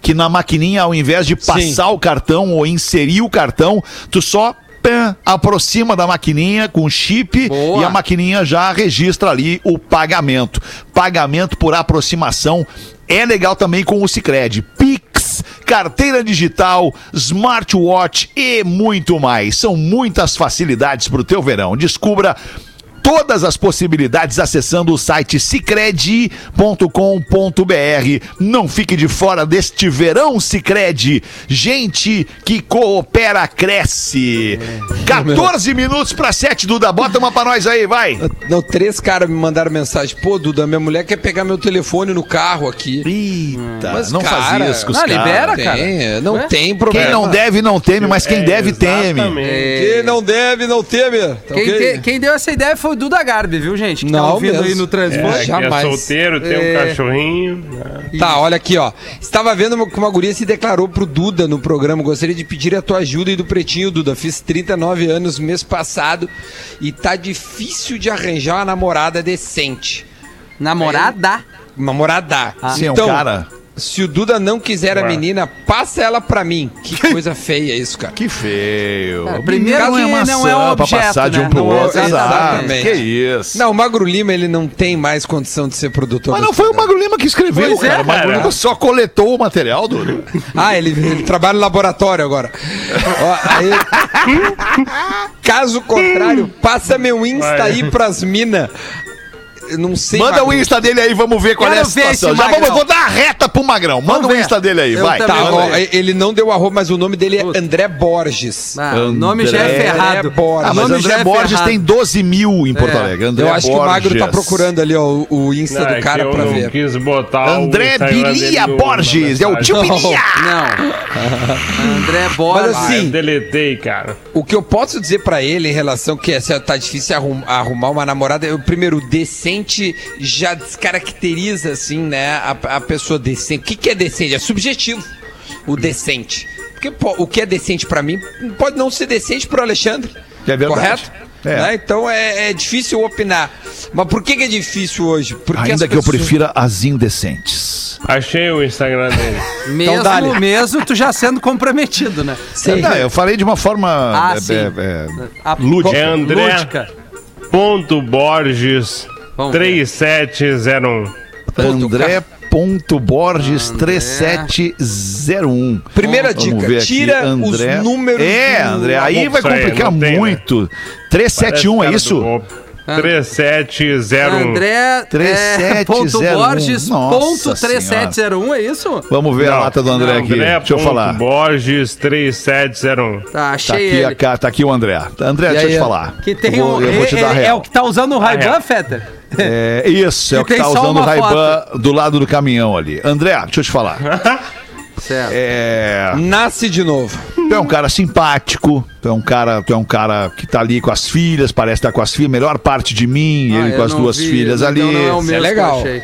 S3: que na maquininha, ao invés de passar o cartão ou inserir o cartão, tu só pã, aproxima da maquininha com o chip
S4: Boa.
S3: e a maquininha já registra ali o pagamento. Pagamento por aproximação é legal também com o Cicred. Pix, carteira digital, smartwatch e muito mais. São muitas facilidades para o teu verão. Descubra todas as possibilidades acessando o site cicred.com.br. Não fique de fora deste verão Cicred. Gente que coopera cresce. 14 minutos para 7 Duda, bota uma para nós aí, vai.
S5: Não, três caras me mandaram mensagem. Pô, Duda, minha mulher quer pegar meu telefone no carro aqui.
S3: Eita,
S5: Mas,
S3: não
S5: cara,
S3: faz isso com os
S4: não,
S3: caras.
S4: libera. Cara,
S5: tem,
S4: cara.
S5: é, não
S4: Ué?
S5: tem
S3: Quem
S5: problema.
S3: não deve não teme, mas quem deve teme.
S6: é, Exatamente.
S5: Quem não deve, não teme. Tá
S4: Quem,
S5: ok?
S4: te- quem deu essa ideia foi o Duda Garbi, viu, gente? Que tá
S5: Não
S4: ouvindo
S5: mesmo.
S4: aí no
S5: É,
S4: transporte.
S5: já-
S6: É
S5: jamais.
S6: solteiro, tem um
S4: É.
S6: cachorrinho. né?
S5: Tá, olha aqui, ó. Estava vendo uma- que uma guria se declarou pro Duda no programa. Gostaria de pedir a tua ajuda e do pretinho, Duda. Fiz 39 anos mês passado e tá difícil de arranjar uma namorada decente.
S4: Namorada?
S5: Uma morada. Então,
S3: Sim, é um cara.
S5: Se o Duda não quiser a
S6: Ué.
S5: menina, passa ela pra mim. Que coisa feia isso, cara.
S3: Que feio.
S4: É, primeiro
S3: Não
S4: que
S3: maçã
S4: não é um
S3: pra passar
S4: objeto,
S3: de um
S4: né?
S3: pro
S4: Não é-
S3: outro. Exato.
S5: exatamente.
S3: Que isso.
S5: Não, o Magro Lima, ele não tem mais condição de ser produtor.
S3: Mas
S5: do
S3: não foi o
S5: programa.
S3: Magro Lima que escreveu,
S4: Pois é,
S3: cara. O Magro
S6: cara.
S3: Lima só coletou o material, Duda.
S5: Ah, ele, ele trabalha no laboratório agora. Ó, aí- Caso contrário, passa meu Insta
S6: Vai.
S5: aí pras mina. Eu não sei.
S3: Manda um
S5: Magro.
S3: o Insta dele aí, vamos ver qual
S4: Quero
S3: é a
S4: ver
S3: situação.
S4: esse
S3: Já vamos,
S4: Magrão.
S3: vou dar a reta pro Magrão. Manda
S4: Vamos
S3: o
S4: ver.
S3: Insta dele aí,
S4: Eu
S3: vai.
S4: também
S5: Tá,
S3: Manda um
S5: ó,
S3: aí.
S5: ele não deu arroba, mas o nome dele é
S4: Puta.
S5: André Borges.
S4: Ah, o nome já é
S3: André
S4: ferrado.
S5: Borges.
S3: Ah,
S4: O
S3: mas
S4: nome já
S3: André
S4: é
S3: Borges
S4: ferrado.
S3: tem 12 mil em Porto Alegre. André
S5: Eu acho que o Magro tá
S3: Borges.
S5: procurando ali, ó, o, o Insta
S6: Não, é
S5: do
S6: que
S5: cara
S6: eu
S5: pra
S6: não
S5: ver.
S6: quis botar o
S3: André
S6: Instagram dele
S3: Bilia
S6: um no- na
S3: Borges. É o
S6: mensagem.
S3: tio Bilia.
S4: Não. André Borges.
S5: assim,
S6: Ah, eu
S5: Sim.
S6: deletei, cara.
S5: O que eu posso dizer pra ele em relação que essa tá difícil arrum- arrumar uma namorada, eu, primeiro, o decente já descaracteriza, assim, né, a, a pessoa decente. O que, que é decente? É subjetivo, o decente. Porque pô, o que é decente pra mim pode não ser decente pro Alexandre.
S3: É verdade.
S5: Correto?
S3: É.
S5: Né? Então é, é difícil opinar. Mas por que, que é difícil hoje? Porque as
S3: Ainda que eu
S5: pessoas-
S3: prefira as indecentes.
S6: Achei o Instagram dele.
S3: então
S4: mesmo,
S5: dá-lhe.
S4: mesmo tu já sendo comprometido, né?
S5: Sim.
S3: Não, eu falei de uma forma.
S4: Ah,
S3: é,
S4: sim.
S3: é, é,
S4: A-
S3: Lúdica.
S6: É André.
S4: Lúdica.
S6: Ponto Borges
S4: Vamos ver.
S6: 3701.
S3: André. Ponto Borges 3701.
S5: Primeira
S3: Vamos
S5: dica,
S3: ver aqui,
S5: tira os números
S3: É,
S5: do-
S3: André, aí
S6: Não
S3: vai
S6: sei,
S3: complicar
S6: não tem, né?
S3: muito. 371 é isso?
S6: 3701.
S4: André. é,
S3: 3701.
S4: ponto Borges.
S3: Nossa
S4: ponto 3701, é isso?
S3: Vamos ver a lata do André aqui.
S6: é
S3: Deixa eu falar.
S6: Borges 3701.
S4: Tá,
S3: Tá
S4: achei
S3: aqui, a
S4: ele.
S3: ca- tá aqui o André. André, deixa eu te
S5: aí,
S3: falar.
S4: Que tem
S3: eu vou,
S4: um.
S3: eu vou te
S4: é-
S3: dar
S4: é, é
S3: real.
S4: o que tá usando o Ray-Ban,
S6: real.
S4: Fetter?
S3: É, isso, é
S4: Que
S3: o que
S4: tem
S3: tá
S4: só
S3: usando o
S4: uma
S3: Ray-Ban do lado do caminhão ali. André, deixa eu te falar.
S4: Certo.
S3: É,
S5: Nasce de novo.
S3: Tu é um cara simpático, tu é um cara, tu é um cara que tá ali com as filhas, parece estar com as filhas, melhor parte de mim,
S4: Ah,
S3: ele
S4: eu
S3: com as
S4: não
S3: duas
S4: vi,
S3: filhas
S4: então
S3: ali.
S4: não é o mesmo que eu
S5: legal.
S4: achei.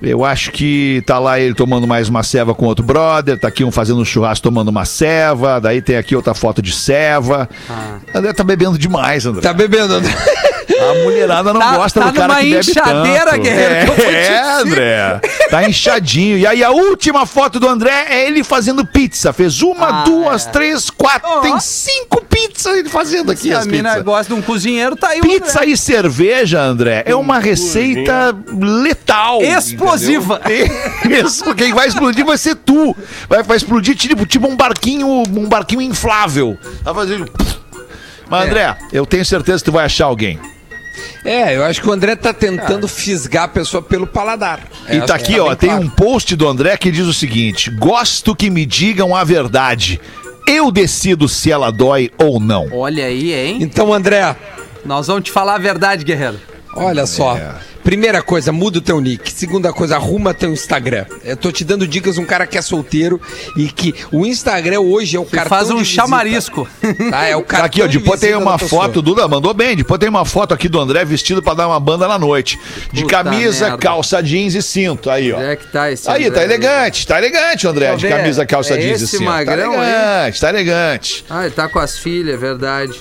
S3: Eu acho que tá lá ele tomando mais uma ceva com outro brother, tá aqui um fazendo um churrasco tomando uma ceva, daí tem aqui outra foto de ceva.
S4: Ah.
S3: André tá bebendo demais, André.
S5: Tá bebendo, André?
S3: É. A mulherada não
S4: Tá-
S3: gosta
S4: tá
S3: do cara
S4: numa
S3: que bebe
S4: inchadeira,
S3: tanto.
S4: guerreiro,
S3: é,
S4: que eu vou te
S3: é,
S4: dizer.
S3: André. Tá inchadinho. E aí a última foto do André é ele fazendo pizza. Fez uma,
S4: Ah,
S3: duas, três, quatro.
S4: Ó.
S3: Tem cinco pizzas ele fazendo aqui
S4: Se a
S3: as
S4: mina
S3: pizzas.
S4: gosta de um cozinheiro, tá aí o André.
S3: Pizza e cerveja, André, é uma receita letal.
S4: Explosiva.
S3: entendeu? Isso, quem vai explodir vai ser tu. Vai, vai explodir tipo, tipo um barquinho, um barquinho inflável. Vai fazer.
S4: É.
S3: Mas, André, eu tenho certeza que tu vai achar alguém.
S5: É, eu acho que o André tá tentando fisgar a pessoa pelo paladar.
S3: E
S5: É,
S3: tá
S5: acho
S3: aqui,
S5: que
S3: ó,
S5: bem
S3: tem
S5: claro.
S3: um post do André que diz o seguinte: Gosto que me digam a verdade. Eu decido se ela dói ou não. Tá
S4: Olha aí, hein?
S5: Então, André,
S4: Nós vamos te falar a verdade, guerreiro.
S3: É.
S5: olha só. Primeira coisa, muda o teu nick. Segunda coisa, arruma teu Instagram. Eu tô te dando dicas de um cara que é solteiro e que o Instagram hoje é o cara.
S4: faz um chamarisco.
S5: Tá, é o cara.
S3: Tá aqui, ó, depois tem uma foto, Duda mandou bem, depois tem uma foto aqui do André vestido pra dar uma banda na noite. De
S4: Puta
S3: camisa,
S4: merda.
S3: calça jeans e cinto. Aí, ó.
S4: Onde é que tá esse
S3: Aí,
S4: André
S3: tá elegante, tá elegante, André,
S4: Deixa
S3: de
S4: eu ver,
S3: camisa, calça
S4: é
S3: jeans e
S4: esse
S3: cinto.
S4: magrão
S3: tá
S4: aí?
S3: elegante, tá elegante.
S4: Ah, ele tá com as filhas, é verdade.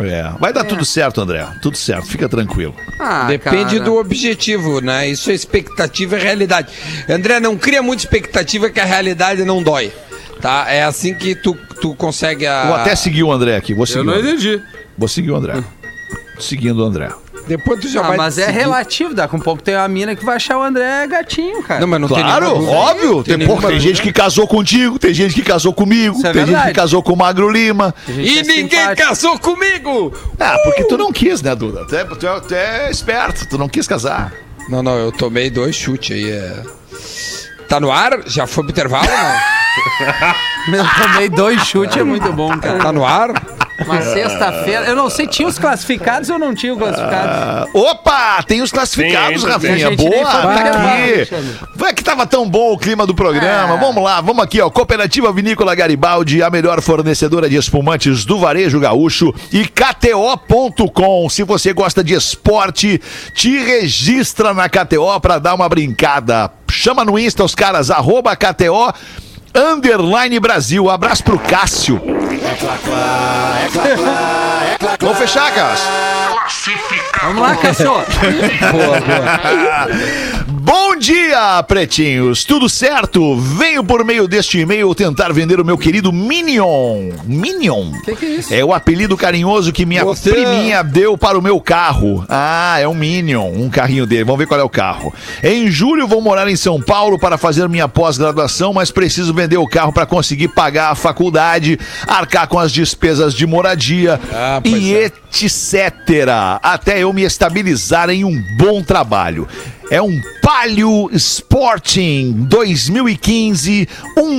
S3: É, vai dar tudo certo, André, tudo certo, fica tranquilo.
S4: Ah,
S5: Depende
S4: cara.
S5: do objetivo, né? Isso é expectativa e realidade. André, não cria muita expectativa que a realidade não dói. Tá? É assim que tu, tu consegue a.
S3: Vou até seguir o André aqui, vou seguir.
S4: Ah. Eu
S3: o
S4: não
S3: André.
S4: entendi.
S3: Vou seguir o André. Seguindo o André.
S5: Depois tu já
S4: Ah,
S5: vai.
S4: mas é
S5: decidir.
S4: relativo, dá com pouco tem uma mina que vai achar o André gatinho, cara.
S5: Não, mas não tem
S3: Claro,
S5: nenhuma dúvida.
S3: óbvio. Tem,
S5: nenhuma
S3: porra, tem
S5: dúvida.
S3: gente que casou contigo, tem gente que casou comigo,
S4: Isso é
S3: tem gente
S4: verdade.
S3: que casou com o Magro Lima.
S5: E
S4: é
S5: ninguém casou comigo!
S3: Ah, porque tu não quis, né, Duda? Tu é, tu é- tu é esperto, tu não quis casar.
S5: Não, não, eu tomei dois chutes aí. É... Tá no ar? Já foi pro intervalo? Não?
S4: Eu tomei dois chutes, é muito bom, cara.
S5: Tá no ar?
S4: Mas sexta-feira, eu não sei, tinha os classificados ou não tinha os classificados?
S3: Ah, Opa, tem os classificados,
S6: Tem, tem.
S3: Rafinha.
S4: A gente
S3: Boa,
S4: nem foi pro
S3: tá
S4: intervalo, Alexandre.
S3: aqui. Vai que tava tão bom o clima do programa.
S4: Ah.
S3: Vamos lá, vamos aqui, ó. Cooperativa Vinícola Garibaldi, a melhor fornecedora de espumantes do Varejo Gaúcho e KTO.com. Se você gosta de esporte, te registra na KTO pra dar uma brincada. Chama no Insta os caras, arroba KTO. Underline Brasil, abraço pro Cássio. Vamos fechar, Cássio.
S4: Vamos lá, cachorro.
S5: Boa, boa.
S3: Bom dia, pretinhos! Tudo certo? Venho por meio deste e-mail tentar vender o meu querido Minion. Minion?
S4: Que que é isso?
S3: o apelido carinhoso que minha
S5: Você-
S3: priminha deu para o meu carro. Ah, é um Minion, um carrinho dele. Vamos ver qual é o carro. Em julho vou morar em São Paulo para fazer minha pós-graduação, mas preciso vender o carro para conseguir pagar a faculdade, arcar com as despesas de moradia
S5: Ah, pois
S3: e
S5: é.
S3: etc. Até eu me estabilizar em um bom trabalho. É um Palio Sporting 2015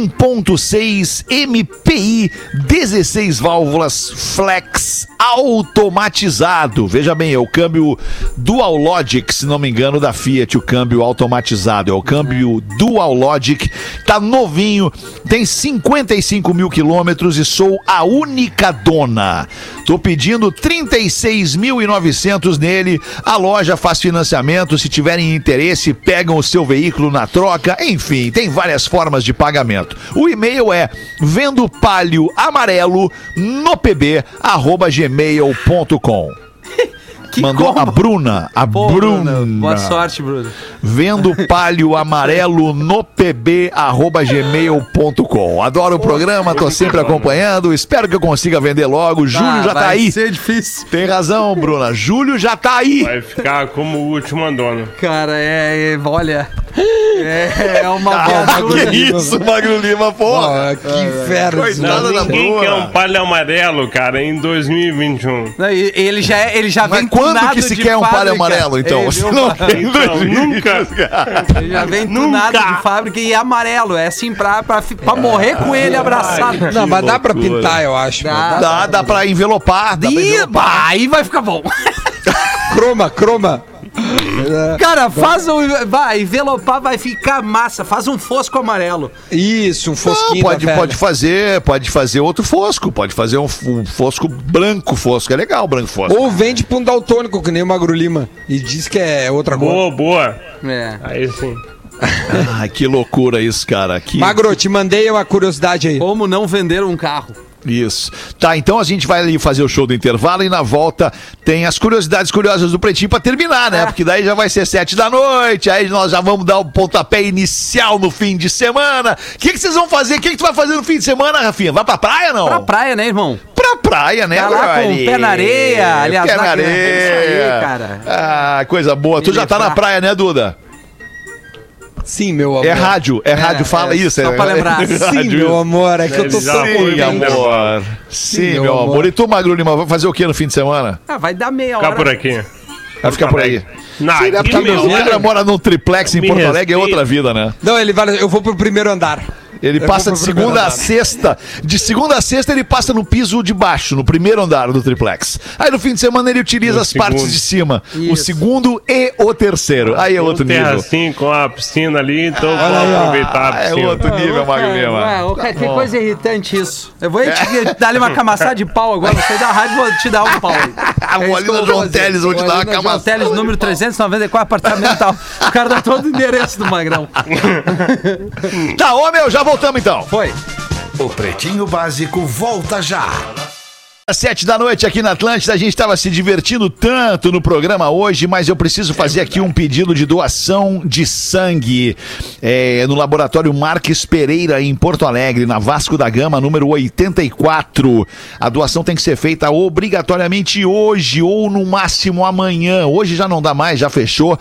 S3: 1.6 MPI 16 válvulas flex automatizado. Veja bem, é o câmbio Dual Logic, se não me engano, da Fiat, o câmbio automatizado. É o câmbio Dual Logic, tá novinho, tem 55 mil quilômetros e sou a única dona. Tô pedindo 36.900 nele. A loja faz financiamento. Se tiverem interesse, pegam o seu veículo na troca. Enfim, tem várias formas de pagamento. O e-mail é vendo palio amarelo no pb arroba gmail.com.
S4: Que
S3: Mandou a
S4: combo.
S3: Bruna. A
S4: Pô,
S3: Bruna.
S4: Bruno, Boa sorte, Bruno.
S3: Vendo palio amarelo no pb arroba gmail.com. Adoro o programa, tô sempre acompanhando. Espero que eu consiga vender logo. Júlio já tá
S4: vai
S3: aí.
S4: ser difícil.
S3: Tem razão, Bruna. Júlio já tá aí.
S6: Vai ficar como o último dono.
S4: Cara, é, é- olha, é, é uma
S3: Ah,
S4: boa
S3: que
S4: né?
S3: isso, Magro Lima, porra.
S4: é.
S5: Ó, que inferno.
S3: É, Coitada da
S6: Ninguém
S3: Bruna.
S6: quer um palho amarelo, cara, em 2021.
S4: Não, e- ele já, é- ele já
S3: Mas
S4: vem
S3: quando
S4: tunado
S3: que se
S4: de
S3: quer um palho
S4: fábrica.
S3: amarelo, então?
S4: Ele,
S3: Você
S4: viu,
S3: não
S4: cara?
S3: tem
S6: Então,
S3: 2020,
S6: nunca.
S3: um, cara.
S4: Ele já vem
S6: Nunca.
S4: tunado de fábrica e é amarelo. É assim pra, pra, fi- pra morrer com ele abraçado.
S5: Não, mas dá pra
S3: loucura.
S5: pintar, eu acho. mano.
S3: Dá, dá pra envelopar, dá pra
S4: Ih,
S3: envelopar.
S4: bah, aí vai ficar bom.
S5: Croma, croma.
S4: Cara, faz um. Vai, envelopar vai ficar massa. Faz um fosco amarelo.
S5: Isso, um
S3: Não,
S5: fosquinho.
S3: pode,
S5: da velha.
S3: pode fazer, pode fazer outro fosco, pode fazer um, f- um fosco branco fosco, é legal branco fosco.
S5: Ou vende pra um daltônico, que nem o Magro Lima. E diz que é outra coisa.
S6: Boa, boa.
S4: É.
S6: Aí sim.
S3: Ah, que loucura isso, cara. Que
S5: Magro, te mandei uma curiosidade aí.
S4: Como não vender um carro?
S3: isso. Tá, então a gente vai ali fazer o show do intervalo e na volta tem as curiosidades curiosas do Pretinho pra terminar,
S4: É.
S3: né? Porque daí já vai ser sete da noite, aí nós já vamos dar o pontapé inicial no fim de semana. O que que vocês vão fazer? O que que tu vai fazer no fim de semana, Rafinha? Vai pra praia, não?
S4: Pra praia, né, irmão?
S3: pra praia, né,
S4: Tá lá
S3: Glória?
S4: com o pé na areia, aliás,
S3: pé
S4: lá
S3: na
S4: que-
S3: areia.
S4: isso aí, cara.
S3: Ah, coisa boa. tu
S4: Me
S3: já tá
S4: livrar.
S3: na praia, né, Duda?
S5: Sim, meu amor.
S3: É rádio, é, rádio, fala
S4: é,
S3: isso.
S4: só
S3: é,
S4: pra lembrar.
S3: é
S5: Sim,
S3: rádio.
S5: meu amor. É que eu tô
S6: Sim,
S5: só
S3: Sim,
S5: amor.
S3: amor. Sim,
S5: meu
S3: meu amor.
S5: amor.
S3: E tu, Magro Lima, vai fazer o que no fim de semana?
S4: Ah, vai dar meia hora.
S6: Ficar por aqui.
S3: Vai ficar por aí.
S6: Não,
S3: Sim, né?
S6: aqui
S3: Porque
S6: meu
S3: o cara mora num triplex em
S6: Me
S3: Porto Alegre, é
S6: respeita.
S3: outra vida, né?
S5: Não, ele vai. Eu vou pro primeiro andar.
S3: Ele
S5: Eu
S3: passa
S5: vou
S3: de
S5: pro primeiro
S3: segunda a
S5: andar.
S3: sexta. De segunda a sexta, ele passa no piso de baixo, no primeiro andar do triplex. Aí no fim de semana ele utiliza
S6: No
S3: as partes
S6: segundo.
S3: de cima. O
S4: Isso.
S3: segundo e o terceiro. Aí é outro
S6: terra
S3: nível.
S6: assim com a piscina ali, então vou aproveitar a
S3: Ah, é
S6: piscina.
S3: outro nível, Magro
S4: Ué,
S3: Lima.
S4: é. ô, cara, que coisa irritante isso. Eu vou te dar ali uma camaçada de pau agora. Você da rádio, vou te dar um pau. aí.
S3: A
S4: isso que eu
S3: Molina
S4: vou
S3: João
S4: fazer.
S3: Teles, vou te dar uma
S4: Molina João
S3: camaçada.
S4: Teles, número 394, apartamental. O cara dá todo o endereço do Magrão.
S3: Tá, ô meu, já voltamos então.
S4: Foi.
S1: O Pretinho Básico volta já.
S3: Sete da noite aqui na Atlântida, a gente estava se divertindo tanto no programa hoje, mas eu preciso fazer aqui um pedido de doação de sangue É, no laboratório Marques Pereira em Porto Alegre, na Vasco da Gama, número 84. A doação tem que ser feita obrigatoriamente hoje ou no máximo amanhã. Hoje já não dá mais, já fechou.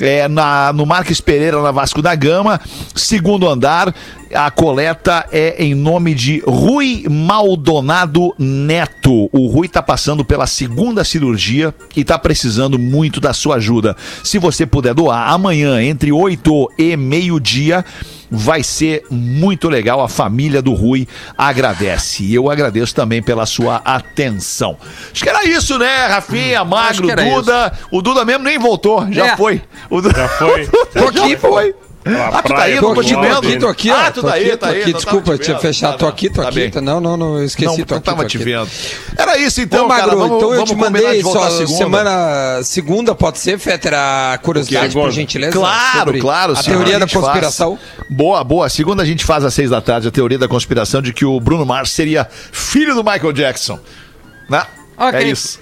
S3: É, na, no Marques Pereira, na Vasco da Gama, segundo andar. A coleta é em nome de Rui Maldonado Neto. O Rui está passando pela segunda cirurgia e está precisando muito da sua ajuda. Se você puder doar amanhã entre 8 e meio-dia, vai ser muito legal. A família do Rui agradece. E eu agradeço também pela sua atenção. Acho que era isso, né, Rafinha, Magro,
S4: Hum, que era
S3: Duda. O Duda mesmo nem voltou, já
S4: É.
S3: foi. O Duda...
S6: Já foi.
S5: Tô aqui, pô.
S3: Ah, tu tá aí, eu
S5: Tô
S3: não tô
S5: aqui,
S3: te
S5: tô
S3: vendo.
S5: aqui, tô aqui.
S3: Ah,
S5: ó,
S3: tu
S5: tô
S3: tá aí,
S5: aqui,
S3: tá
S5: tô
S3: aí.
S5: aqui.
S3: não
S5: Desculpa,
S3: tava te
S5: tinha
S3: vendo.
S5: fechado. Tô aqui, tô
S3: Tá
S5: aqui.
S3: bem.
S5: tá- Não, não, não, eu esqueci.
S3: Não,
S5: tô
S3: não
S5: aqui, tô
S3: tava te
S5: aqui.
S3: vendo. Era isso então,
S5: Ô, Magro,
S3: cara. Vamos,
S5: então eu
S3: vamos
S5: te
S3: combinar
S5: mandei
S3: de voltar
S5: só
S3: segunda.
S5: semana. Segunda pode ser, Fetter, a curiosidade,
S6: Segunda.
S5: por gentileza?
S3: Claro,
S5: sobre
S3: claro.
S5: A
S3: segunda
S5: teoria da
S3: gente faz.
S5: conspiração.
S3: Boa, boa. Segunda a gente faz às seis da tarde a teoria da conspiração de que o Bruno Mars seria filho do Michael Jackson. Né?
S4: Ok.
S3: É isso.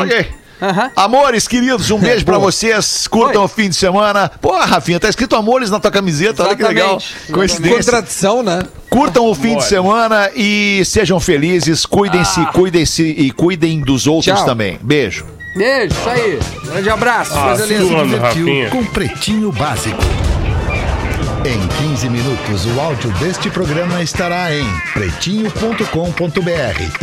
S3: Ok.
S4: Aham.
S3: Amores, queridos, um beijo pra vocês. Curtam
S4: Oi.
S3: o fim de semana. Pô, Rafinha, tá escrito amores na tua camiseta. Olha que
S4: Exatamente.
S3: legal. Coincidência.
S5: Contradição, né?
S3: Curtam o fim de
S6: Mole.
S3: semana e sejam felizes. Cuidem-se, cuidem-se e cuidem dos outros
S5: Tchau.
S3: também. Beijo.
S4: Beijo, isso aí. Grande abraço.
S6: Ah,
S4: coisa linda.
S6: sua. Mano,
S1: Divertiu
S6: Rafinha.
S1: com Pretinho Básico. Em 15 minutos, o áudio deste programa estará em pretinho.com.br